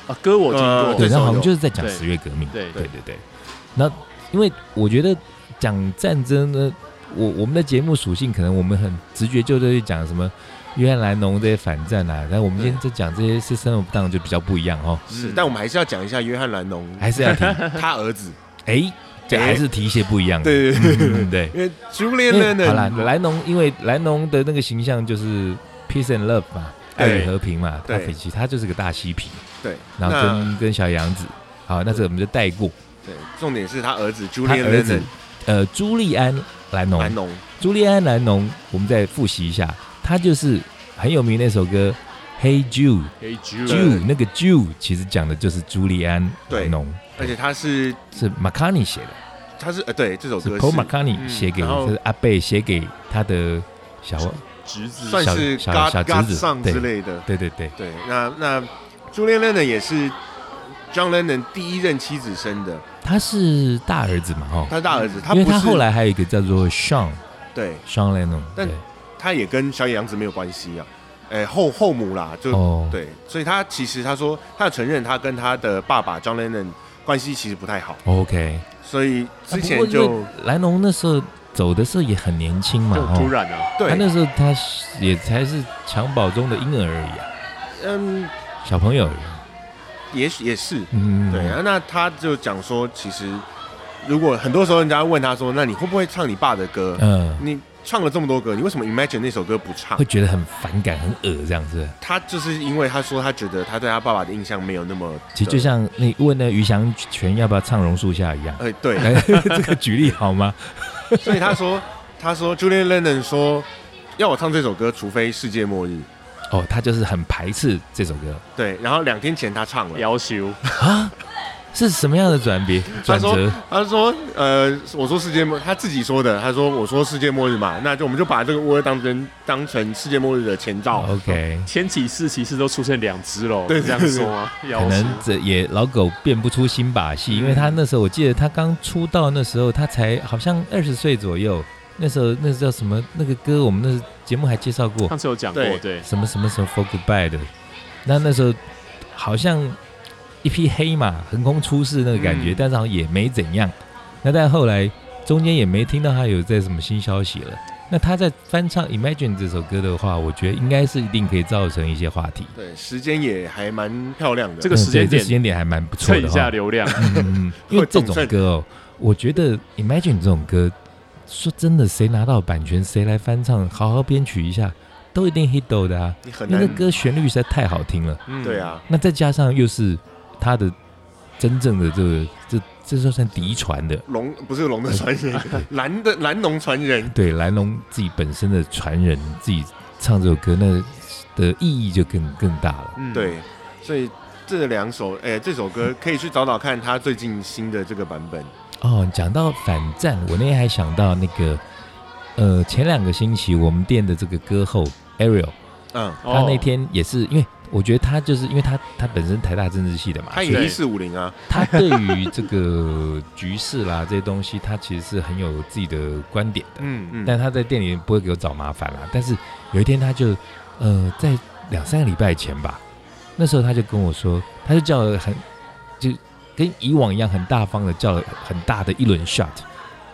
Speaker 2: 啊，歌我听
Speaker 1: 呃
Speaker 2: 过，
Speaker 3: 对，
Speaker 1: 这首
Speaker 3: 那好
Speaker 1: 有
Speaker 3: 像就是在讲
Speaker 2: 对
Speaker 3: 十月革命。
Speaker 2: 对
Speaker 3: 对对对。那因为我觉得讲战争呢，我我们的节目属性可能我们很直觉就在去讲什么约翰兰农这些反战啊，但我们今天在讲这些 system of down 就比较不一样哦，
Speaker 1: 是，嗯但我们还是要讲一下约翰·兰农，
Speaker 3: 还是要提
Speaker 1: 他儿子，
Speaker 3: 哎，这还是提一些不一样的。
Speaker 1: 对对对，
Speaker 3: 嗯对，
Speaker 1: 因为 Julian
Speaker 3: 因为
Speaker 1: Lennon
Speaker 3: 哎好啦，莱农因为莱农的那个形象就是 peace and love 嘛，爱
Speaker 1: 对
Speaker 3: 与和平嘛，他
Speaker 1: 对
Speaker 3: 其实他就是个大嬉皮，
Speaker 1: 对，
Speaker 3: 然后
Speaker 1: 那
Speaker 3: 跟跟小杨子，好，那这个我们就带过。
Speaker 1: 对，重点是他儿子
Speaker 3: 他
Speaker 1: Julian
Speaker 3: 儿子
Speaker 1: Lennon，
Speaker 3: 呃，朱利安莱农，
Speaker 1: 兰农，
Speaker 3: 朱利安·兰农，我们再复习一下，他就是很有名那首歌《Hey Jude
Speaker 2: 黑
Speaker 3: Jude》，
Speaker 2: Jew，
Speaker 3: 那个 Jude 其实讲的就是朱利安·兰农，
Speaker 1: 而且他是
Speaker 3: 是 McCartney 写的，
Speaker 1: 他是呃对这首
Speaker 3: 是
Speaker 1: 歌
Speaker 3: Paul
Speaker 1: 是
Speaker 3: McCartney
Speaker 1: 嗯
Speaker 3: 写给，
Speaker 1: 然后
Speaker 3: 就是阿贝写给他的小，
Speaker 2: 侄子
Speaker 1: 算
Speaker 3: 小
Speaker 1: 是
Speaker 3: 小
Speaker 1: God
Speaker 3: 小侄
Speaker 1: God
Speaker 3: 子
Speaker 1: Son
Speaker 3: 对
Speaker 1: 之类的，
Speaker 3: 对对对，
Speaker 1: 对，那那 Julian Lennon 也是 John Lennon 第一任妻子生的，
Speaker 3: 他是大儿子嘛，哈，
Speaker 1: 他大儿子，他
Speaker 3: 哦因为
Speaker 1: 不
Speaker 3: 他
Speaker 1: 是
Speaker 3: 后来还有一个叫做 Sean
Speaker 1: 对，
Speaker 3: Sean Lennon，
Speaker 1: 但
Speaker 3: 对，
Speaker 1: 他也跟小野洋子没有关系啊，哎后后母啦，就
Speaker 3: 哦，
Speaker 1: 呃对，所以他其实他说，他承认他跟他的爸爸 John Lennon 关系其实不太好，
Speaker 3: ，OK，
Speaker 1: 所以之
Speaker 3: 啊不
Speaker 1: 前
Speaker 3: 过因
Speaker 1: 就、
Speaker 3: 为兰农那时候走的时候也很年轻嘛，哦
Speaker 2: 就
Speaker 3: 哈。
Speaker 2: 突然啊，
Speaker 3: 他那
Speaker 1: 对，
Speaker 3: 时候他也才是襁褓中的婴儿而已啊，
Speaker 1: 嗯，
Speaker 3: 小朋友而已啊。
Speaker 1: 也许也是，
Speaker 3: 嗯，
Speaker 1: 对啊，那他就讲说，其实如果很多时候人家问他说，那你会不会唱你爸的歌？
Speaker 3: 嗯，
Speaker 1: 你唱了这么多歌，你为什么 Imagine 那首歌不唱
Speaker 3: 会？觉得很反感、很恶这样子。
Speaker 1: 他就是因为他说他觉得他对他爸爸的印象没有那么的，
Speaker 3: 其实就像你问那于翔泉要不要唱《榕树下》一样，
Speaker 1: 哎、对，
Speaker 3: 哎 [laughs] 这个举例好吗？
Speaker 1: 所以他
Speaker 3: [laughs]
Speaker 1: 说他说 Julian Lennon 说要我唱这首歌，除非世界末日。
Speaker 3: 哦，他就是很排斥这首歌，
Speaker 1: 对，然后两天前他唱了，
Speaker 2: 要求
Speaker 3: 是什么样的转别
Speaker 1: 他
Speaker 3: 转
Speaker 1: 说
Speaker 3: 折？：“
Speaker 1: 他说，呃，我说世界末，他自己说的。他说，我说世界末日嘛，那就我们就把这个乌尔当成当成世界末日的前兆。
Speaker 3: OK，
Speaker 2: 前几次其实都出现两只喽，
Speaker 1: 对
Speaker 2: 这样说吗？
Speaker 1: 哦
Speaker 2: 要
Speaker 3: 可
Speaker 2: 求
Speaker 3: 能这也老狗变不出新把戏，因为他那时候我记得他刚出道那时候，他才好像二十岁左右，那时候那叫什么那个歌，我们那节目还介绍过
Speaker 2: 上次有讲过
Speaker 1: 对，
Speaker 2: 对，
Speaker 3: 什么什么什么 for goodbye 的，那那时候好像一匹黑马横空出世那个感觉，
Speaker 1: 嗯
Speaker 3: 但是好像也没怎样。那但后来中间也没听到他有在什么新消息了。那他在翻唱《Imagine》这首歌的话，我觉得应该是一定可以造成一些话题。
Speaker 1: 对，时间也还蛮漂亮的。
Speaker 2: 这
Speaker 3: 这
Speaker 2: 个时间
Speaker 3: 这
Speaker 2: 点
Speaker 3: 时间点还蛮不错
Speaker 2: 蹭
Speaker 3: 的
Speaker 2: 一
Speaker 3: 哈
Speaker 2: 下流
Speaker 1: [laughs]
Speaker 2: 量， [laughs]
Speaker 3: 嗯，因为这种
Speaker 1: 会懂
Speaker 3: 歌哦，我觉得《Imagine》这种歌，说真的，谁拿到版权，谁来翻唱，好好编曲一下，都一定 hit 到的啊！
Speaker 1: 你很
Speaker 3: 因为
Speaker 1: 难
Speaker 3: 那，歌旋律实在太好听了，
Speaker 2: 嗯
Speaker 1: 对，啊，
Speaker 3: 那再加上又是他的真正的这个这这就算嫡传的，
Speaker 1: 龙不是龙的传人，
Speaker 3: [laughs]
Speaker 1: 蓝的蓝龙传人。
Speaker 3: 对蓝龙自己本身的传人，自己唱这首歌，那的意义就更更大了。
Speaker 2: 嗯，
Speaker 1: 对，所以这两首，哎、这首歌可以去找找看他最近新的这个版本。
Speaker 3: 哦，讲到反战，我那天还想到那个，呃，前两个星期我们店的这个歌后 Ariel。
Speaker 1: 嗯，
Speaker 2: 哦
Speaker 3: 他那天也是因为。我觉得他就是因为他他本身台大政治系的嘛，
Speaker 1: 他
Speaker 3: 所以
Speaker 1: 也一四五零啊，
Speaker 3: 他对于这个局势啦这些东西，他其实是很有自己的观点的。
Speaker 1: 嗯嗯，
Speaker 3: 但他在店里不会给我找麻烦啦。但是有一天他就呃在两三个礼拜前吧，那时候他就跟我说，他就叫了很就跟以往一样很大方的叫了很大的一轮 shot，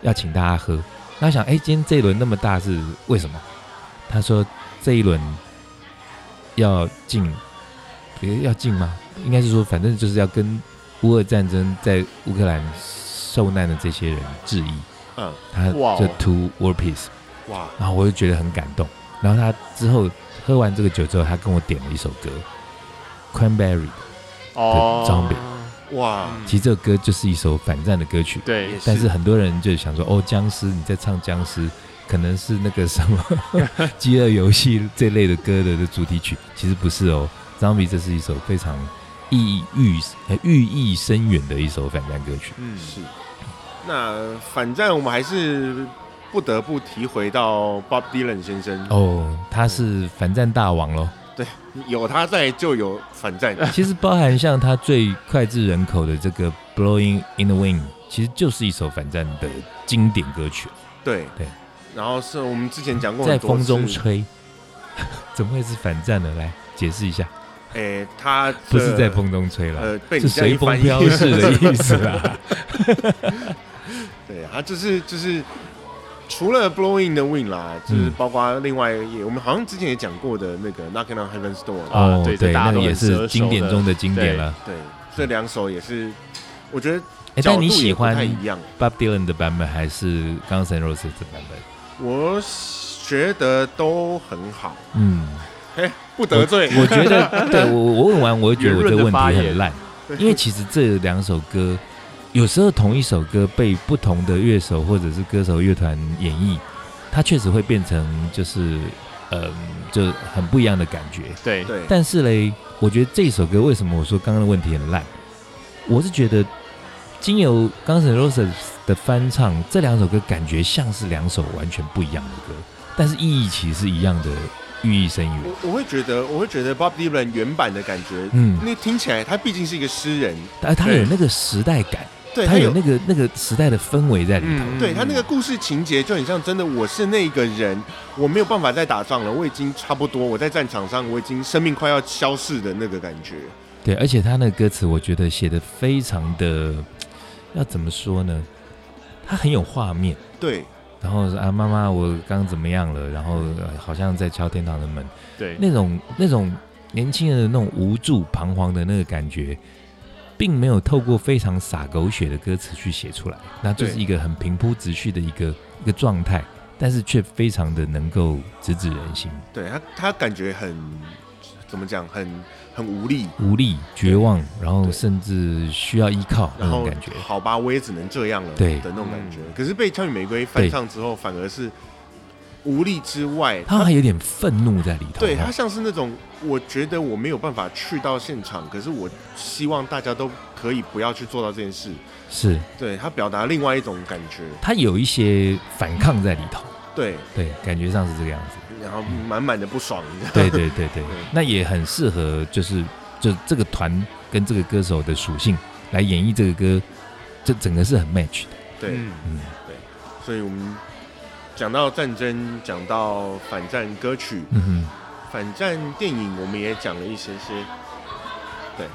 Speaker 3: 要请大家喝。那我想，哎、今天这一轮那么大是为什么？他说这一轮要进，别要进吗？应该是说，反正就是要跟乌俄战争在乌克兰受难的这些人致意。
Speaker 1: 嗯，
Speaker 3: 他
Speaker 2: 哇哦
Speaker 3: 就 two world peace，
Speaker 1: 哇，
Speaker 3: 然后我就觉得很感动。然后他之后喝完这个酒之后，他跟我点了一首歌，Cranberry。
Speaker 2: 哦，
Speaker 3: 张北
Speaker 1: 哇，
Speaker 2: 嗯
Speaker 3: 啊其实这个歌就是一首反战的歌曲，
Speaker 2: 对
Speaker 1: 也，
Speaker 3: 但是很多人就想说，哦，僵尸你在唱僵尸，可能是那个什么 [laughs] 《饥饿游戏》这类的歌的的主题曲，其实不是哦。Zombie 这是一首非常意寓呃寓意深远的一首反战歌曲。
Speaker 2: 嗯，
Speaker 1: 是。那反正我们还是不得不提回到 Bob Dylan 先生，
Speaker 3: 哦，他是反战大王喽。
Speaker 1: 有他在就有反战。
Speaker 3: 其实包含像他最脍炙人口的这个《Blowing in the Wind》，其实就是一首反战的经典歌曲，
Speaker 1: 对
Speaker 3: 对。
Speaker 1: 然后是我们之前讲过
Speaker 3: 在
Speaker 1: 很多
Speaker 3: 风
Speaker 1: 次，
Speaker 3: 中吹， [laughs] 怎么会是反战呢？来解释一下，
Speaker 1: 诶，哎他这
Speaker 3: 不是在，风中吹啦，
Speaker 1: 呃，被你
Speaker 3: 是
Speaker 1: 这样一啊
Speaker 3: 随风
Speaker 1: 翻译
Speaker 3: 飘逝的意思啦。
Speaker 1: [laughs] 对，他就是就是除了 Blowing the Wind 啦，就是
Speaker 3: 嗯
Speaker 1: 包括另外也我们好像之前也讲过的那个 Knocking on Heaven's Door，、
Speaker 2: 啊
Speaker 3: 哦，
Speaker 2: 对这大家
Speaker 3: 那
Speaker 2: 都
Speaker 3: 个也
Speaker 2: 很
Speaker 3: 是
Speaker 2: 熟
Speaker 3: 经典中的经典了。
Speaker 1: 对，这两首也是，我觉得
Speaker 3: 哎，
Speaker 1: 角
Speaker 3: 但
Speaker 1: 度
Speaker 3: 你喜
Speaker 1: 也不
Speaker 3: 欢
Speaker 1: 太一样。
Speaker 3: Bob Dylan 的版本还是 Guns N' Roses 的版本？
Speaker 1: 我觉得都很好，
Speaker 3: 嗯，
Speaker 1: 嘿，不得罪。
Speaker 3: [laughs] 我觉得，对我我问完，我会觉得我这个
Speaker 2: 圆润
Speaker 3: 问
Speaker 2: 的发
Speaker 3: 题
Speaker 2: 言
Speaker 3: 很烂，因为其实这两首歌，有时候同一首歌被不同的乐手或者是歌手乐团演绎，它确实会变成就是，嗯，就很不一样的感觉。
Speaker 2: 对，
Speaker 1: 对，
Speaker 3: 但是嘞，我觉得这首歌为什么我说刚刚的问题很烂，我是觉得经由 Guns N' Roses 的翻唱，这两首歌感觉像是两首完全不一样的歌，但是意义其实是一样的，寓意深远。
Speaker 1: 我我会觉得，我会觉得 Bob Dylan 原版的感觉，
Speaker 3: 嗯，
Speaker 1: 那听起来他毕竟是一个诗人，
Speaker 3: 而他
Speaker 2: 对
Speaker 3: 有那个时代感，
Speaker 1: 对
Speaker 3: 他
Speaker 1: 他
Speaker 3: 有那个那个时代的氛围在里头。
Speaker 2: 嗯
Speaker 1: 对他那个故事情节就很像真的，我是那个人，我没有办法再打仗了，我已经差不多，我在战场上我已经生命快要消逝的那个感觉。
Speaker 3: 对，而且他那个歌词，我觉得写的非常的，要怎么说呢？他很有画面。
Speaker 1: 对，
Speaker 3: 然后啊，妈妈，我刚怎么样了？然后、呃好像在敲天堂的门，
Speaker 2: 对，
Speaker 3: 那种那种年轻人的那种无助、彷徨的那个感觉，并没有透过非常洒狗血的歌词去写出来，那就
Speaker 2: 对
Speaker 3: 是一个很平铺直叙的一个一个状态，但是却非常的能够直指人心，
Speaker 1: 对他他感觉很怎么讲，很很无力，
Speaker 3: 无力、绝望，然后
Speaker 1: 对
Speaker 3: 甚至需要依靠那
Speaker 1: 然
Speaker 3: 种
Speaker 1: 后
Speaker 3: 感觉。
Speaker 1: 好吧，我也只能这样了，
Speaker 3: 对
Speaker 1: 的那种感觉
Speaker 2: 嗯。
Speaker 1: 可是被《枪与玫瑰》翻唱之后，反而是无力之外，
Speaker 3: 他还有点愤怒在里头，
Speaker 1: 对
Speaker 3: 哈
Speaker 1: 他像是那种，我觉得我没有办法去到现场，可是我希望大家都可以不要去做到这件事。
Speaker 3: 是
Speaker 1: 对他表达另外一种感觉，
Speaker 3: 他有一些反抗在里头，
Speaker 1: 对，
Speaker 3: 对，感觉上是这个样子。
Speaker 1: 然后满满的不爽，你知道吗
Speaker 3: 对对对对，那也很适合，就是就这个团跟这个歌手的属性来演绎这个歌，这整个是很 match 的。
Speaker 1: 对，
Speaker 2: 嗯
Speaker 3: 嗯，
Speaker 1: 所以我们讲到战争，讲到反战歌曲，
Speaker 3: 嗯哼，
Speaker 1: 反战电影我们也讲了一些些，对。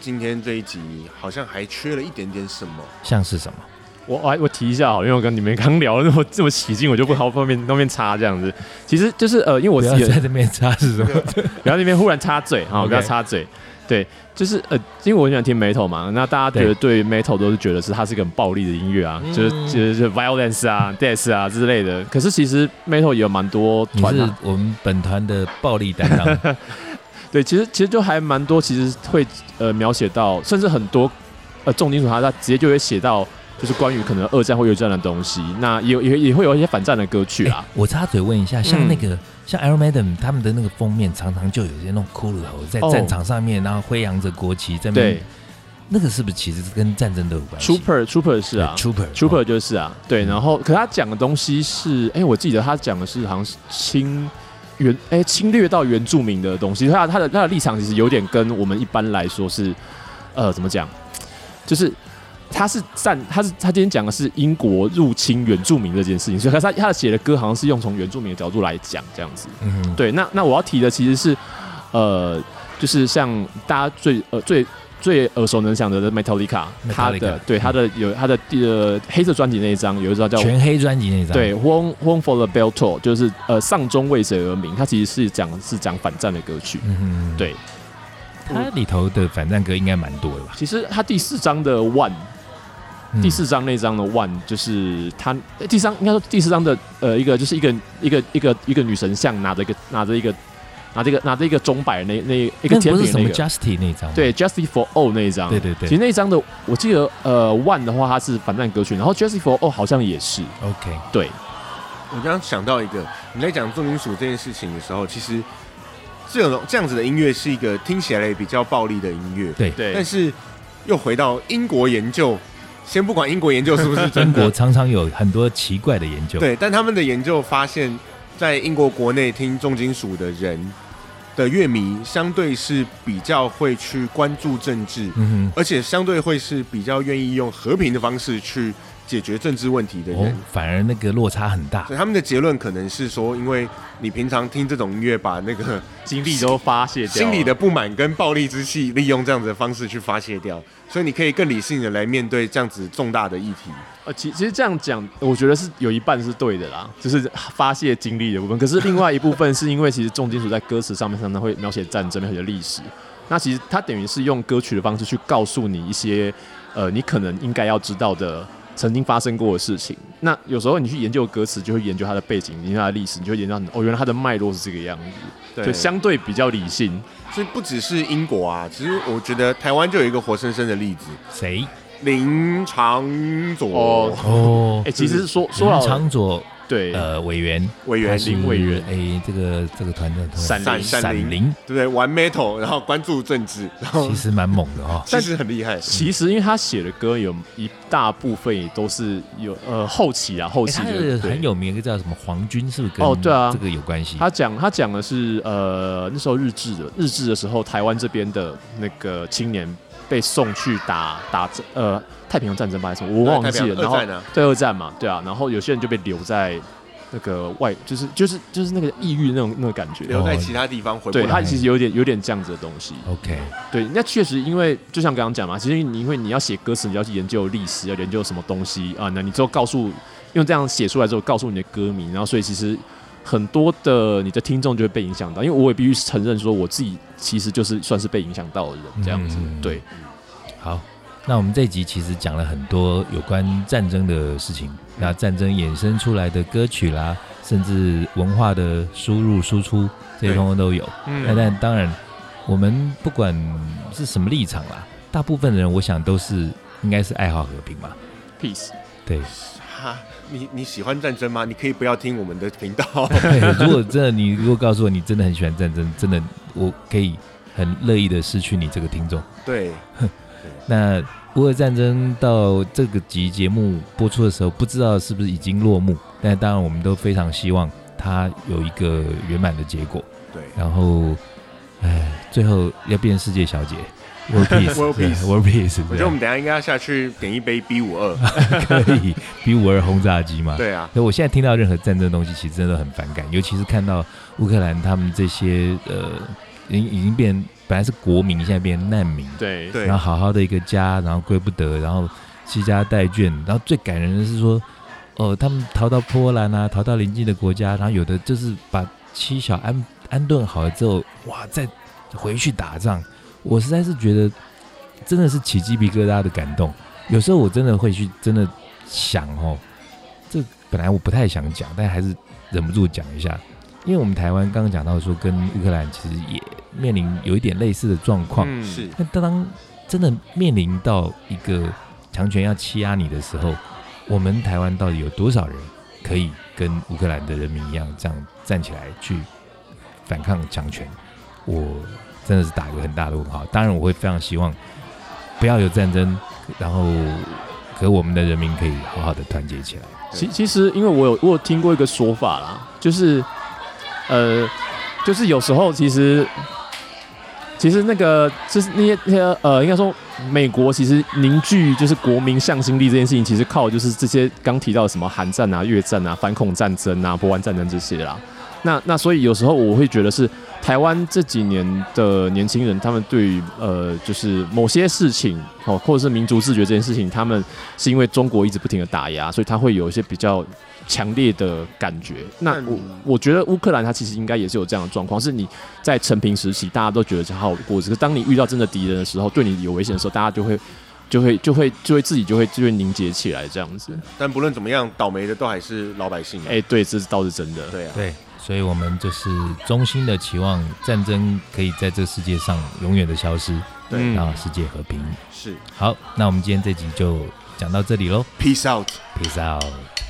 Speaker 1: 今天这一集好像还缺了一点点什
Speaker 3: [laughs]
Speaker 1: 么，
Speaker 3: 像是什么？
Speaker 2: 我哎我我提一下好了，因为我跟你们刚聊的那么这么起劲，我就不好方便方便插这样子。其实就是呃，因为我
Speaker 3: 不
Speaker 2: 自
Speaker 3: 要
Speaker 2: 己的
Speaker 3: 在这边插是什么？
Speaker 2: 不要那边忽然插嘴
Speaker 3: [laughs]
Speaker 2: 哈，
Speaker 3: OK
Speaker 2: 不要插嘴。对，就是呃，因为我很喜欢听 metal 嘛，那大家觉得对 metal 都是觉得是它是一个很暴力的音乐啊，
Speaker 3: 嗯
Speaker 2: 就是就是就是 violence 啊、death 啊之类的。可是其实 metal 也有蛮多
Speaker 3: 你
Speaker 2: 团、
Speaker 3: 是
Speaker 2: 啊，
Speaker 3: 我们本团的暴力担当，
Speaker 2: 对，其实其实就还蛮多，其实会呃描写到，甚至很多呃重金属它它直接就会写到，就是关于可能二战或越战的东西。那也有也也会有一些反战的歌曲啊
Speaker 3: 哎，我插嘴问一下，像
Speaker 2: 嗯
Speaker 3: 那个、像 Iron Maiden 他们的那个封面，常常就有些那种骷髅头在
Speaker 2: 哦
Speaker 3: 战场上面，然后挥扬着国旗在那边
Speaker 2: 对，
Speaker 3: 那个是不是其实是跟战争都有关系
Speaker 2: Trooper Trooper 是啊
Speaker 3: 嗯对，Trooper
Speaker 2: Trooper 就是啊，对，
Speaker 3: 嗯
Speaker 2: 然后可他讲的东西是，哎、我记得他讲的是好像是侵原，哎、侵略到原住民的东西，他他的他的立场其实有点跟我们一般来说是，呃，怎么讲，就是。他是站，他是他今天讲的是英国入侵原住民这件事情，所以可是他他写的歌好像是用从原住民的角度来讲这样子。
Speaker 3: 嗯哼，
Speaker 2: 对，那那我要提的其实是，呃，就是像大家最呃最最耳熟能详的是 Metallica，它
Speaker 3: Metallica，嗯
Speaker 2: 的对它的有它的第呃黑色专辑那一张有一张叫
Speaker 3: 全黑专辑那张，
Speaker 2: 对《One One for the Bell Toll》，就是呃丧钟为谁而鸣，它其实是讲是讲反战的歌曲。
Speaker 3: 嗯哼，
Speaker 2: 对，
Speaker 3: 它里头的反战歌应该蛮多的吧？
Speaker 2: 其实它第四张的 One，
Speaker 3: 嗯
Speaker 2: 第四章那张的 One 就是他呃第三应该说第四章的呃一个就是一个一个一个一个女神像拿着一个拿着一个拿着一个拿着一个钟摆那那一个
Speaker 3: 那
Speaker 2: 甜
Speaker 3: 不是
Speaker 2: 品
Speaker 3: 什
Speaker 2: 那
Speaker 3: 么
Speaker 2: 个
Speaker 3: Justy 那张吗，
Speaker 2: 对 Justice for All 那一张
Speaker 3: 对对
Speaker 2: 其实
Speaker 3: 对
Speaker 2: 那一张的我记得呃 One 的话它是反战歌曲，然后 Justice for All 好像也是
Speaker 3: ，OK，
Speaker 2: 对
Speaker 1: 我刚刚想到一个，你在讲重金属这件事情的时候，其实这种这样子的音乐是一个听起来比较暴力的音乐，
Speaker 3: 对
Speaker 2: 对
Speaker 1: 但是又回到英国研究，先不管英国研究是不是
Speaker 3: 英
Speaker 1: 真
Speaker 3: 国
Speaker 1: 的，
Speaker 3: 常常有很多奇怪的研究，
Speaker 1: 对，但他们的研究发现，在英国国内听重金属的人的乐迷，相对是比较会去关注政治，
Speaker 3: 嗯
Speaker 1: 而且相对会是比较愿意用和平的方式去解决政治问题的
Speaker 3: 哼，
Speaker 1: 人。
Speaker 3: 哦，反而那个落差很大
Speaker 1: 所，以他们的结论可能是说，因为你平常听这种音乐，把那
Speaker 2: [laughs]
Speaker 1: 个
Speaker 2: 精力都发泄掉啊
Speaker 1: 心里的不满跟暴力之气，利用这样子的方式去发泄掉，所以你可以更理性的来面对这样子重大的议题。
Speaker 2: 呃，其其实这样讲，我觉得是有一半是对的啦，就是发泄精力的部分。可是另外一部分是因为，其实重金属在歌词上面常常会描写战争、描写历史。那其实它等于是用歌曲的方式去告诉你一些，呃，你可能应该要知道的曾经发生过的事情。那有时候你去研究歌词，就会研究它的背景，研究它的历史，你就会研究到哦，原来它的脉络是这个样子，就
Speaker 1: 对，
Speaker 2: 相对比较理性。
Speaker 1: 所以不只是英国啊，其实我觉得台湾就有一个活生生的例子，
Speaker 3: 谁？
Speaker 1: 林长佐、
Speaker 2: 哦
Speaker 3: 哦
Speaker 2: 哎、，其实说说
Speaker 3: 林
Speaker 2: 到
Speaker 3: 长佐
Speaker 2: 对，
Speaker 3: 呃委员，
Speaker 1: 委
Speaker 3: 他
Speaker 1: 员，
Speaker 3: 是
Speaker 1: 对
Speaker 2: 林委员
Speaker 3: 哎，这个这个团的同
Speaker 2: 闪灵
Speaker 1: 闪灵
Speaker 3: 灵，
Speaker 1: 不对？玩 metal，然后关注政治，然后
Speaker 3: 其实蛮猛
Speaker 2: [laughs]
Speaker 3: 的哦，
Speaker 1: 其实很厉害。
Speaker 2: 其实，因为他写的歌有一大部分也都是有呃后期啊，后
Speaker 3: 哎
Speaker 2: 期
Speaker 3: 他
Speaker 2: 的、
Speaker 3: 的
Speaker 2: 对
Speaker 3: 很有名，一个叫什么皇军，是不是跟
Speaker 2: 哦对啊
Speaker 3: 这个有关系？
Speaker 2: 他讲他讲的是呃那时候日治的日治的时候，台湾这边的那个青年被送去打打呃太平洋战争吧还是什么，我
Speaker 1: 对
Speaker 2: 忘记了。
Speaker 1: 太平
Speaker 2: 然
Speaker 1: 洋
Speaker 2: 后
Speaker 1: 二战啊
Speaker 2: 对二战嘛，对啊，然后有些人就被留在那个外，就是就是就是那个抑郁那种那个感觉。
Speaker 1: 留在其他地方回不
Speaker 2: 对
Speaker 1: 来，
Speaker 2: 他其实有点有点这样子的东西。
Speaker 3: OK，
Speaker 2: 对，那确实，因为就像刚刚讲嘛，其实你因为你要写歌词，你要去研究历史，要研究什么东西啊，那你之后告诉用这样写出来之后，告诉你的歌迷，然后所以其实很多的你的听众就会被影响到，因为我也必须承认说，我自己其实就是算是被影响到的人这样子。
Speaker 3: 嗯
Speaker 2: 对，
Speaker 3: 好，那我们这一集其实讲了很多有关战争的事情，
Speaker 2: 嗯
Speaker 3: 那战争衍生出来的歌曲啦，甚至文化的输入输出，这些
Speaker 1: 对
Speaker 3: 通通都有。那
Speaker 1: 嗯，
Speaker 3: 但当然，我们不管是什么立场啦，大部分的人我想都是应该是爱好和平嘛。
Speaker 2: peace。
Speaker 3: 对，
Speaker 1: 哈，你你喜欢战争吗？你可以不要听我们的频道。
Speaker 2: [laughs]
Speaker 3: 对，如果真的你如果告诉我你真的很喜欢战争，真的我可以很乐意的失去你这个听众。
Speaker 1: 对，
Speaker 3: 那乌俄战争到这个集节目播出的时候，不知道是不是已经落幕，但当然我们都非常希望它有一个圆满的结果。
Speaker 1: 对，
Speaker 3: 然后，哎，最后要变世界小姐，World
Speaker 1: World Peace
Speaker 3: Peace，World Peace，
Speaker 1: 我觉得我们等一下应该要下去点一杯 B 五二。
Speaker 3: 可以比五二轰炸机嘛？。
Speaker 1: 对啊，
Speaker 3: 所以我现在听到任何战争的东西，其实真的很反感，尤其是看到乌克兰他们这些呃，已经已经变本来是国民，现在变难民，
Speaker 2: 对
Speaker 1: 对
Speaker 3: 然后好好的一个家，然后归不得，然后惜家带眷，然后最感人的是说，哦、他们逃到波兰啊，逃到邻近的国家，然后有的就是把妻小安安顿好了之后，哇，再回去打仗，我实在是觉得真的是起鸡皮疙瘩的感动。有时候我真的会去真的想哦，这本来我不太想讲，但还是忍不住讲一下，因为我们台湾刚刚讲到说跟乌克兰其实也面临有一点类似的状况。
Speaker 2: 嗯
Speaker 1: 是
Speaker 3: 但当真的面临到一个强权要欺压你的时候，我们台湾到底有多少人可以跟乌克兰的人民一样，这样站起来去反抗强权？我真的是打一个很大的问号。当然，我会非常希望不要有战争，然后和我们的人民可以好好的团结起来。
Speaker 2: 其其实，因为我有我有听过一个说法啦，就是，呃，就是有时候其实，其实那个就是那些那些呃，应该说美国其实凝聚就是国民向心力这件事情，其实靠的就是这些刚提到的什么韩战啊、越战啊、反恐战争啊、波湾战争这些啦。那那所以有时候我会觉得是台湾这几年的年轻人，他们对于呃就是某些事情哦，或者是民族自觉这件事情，他们是因为中国一直不停的打压，所以他会有一些比较强烈的感觉。那
Speaker 1: 嗯
Speaker 2: 我我觉得乌克兰它其实应该也是有这样的状况，是你在成平时期大家都觉得是好过日子，可是当你遇到真的敌人的时候，对你有危险的时候，大家就会就会就会就会自己就会就会凝结起来这样子。
Speaker 1: 但不论怎么样，倒霉的都还是老百姓啊。
Speaker 2: 哎、对，这倒是真的。
Speaker 1: 对啊，
Speaker 3: 对，所以我们就是衷心的期望战争可以在这世界上永远的消失，
Speaker 1: 对
Speaker 2: 嗯
Speaker 3: 然后世界和平。
Speaker 1: 是
Speaker 3: 好，那我们今天这集就讲到这里喽
Speaker 1: ，peace out。
Speaker 3: ，peace out。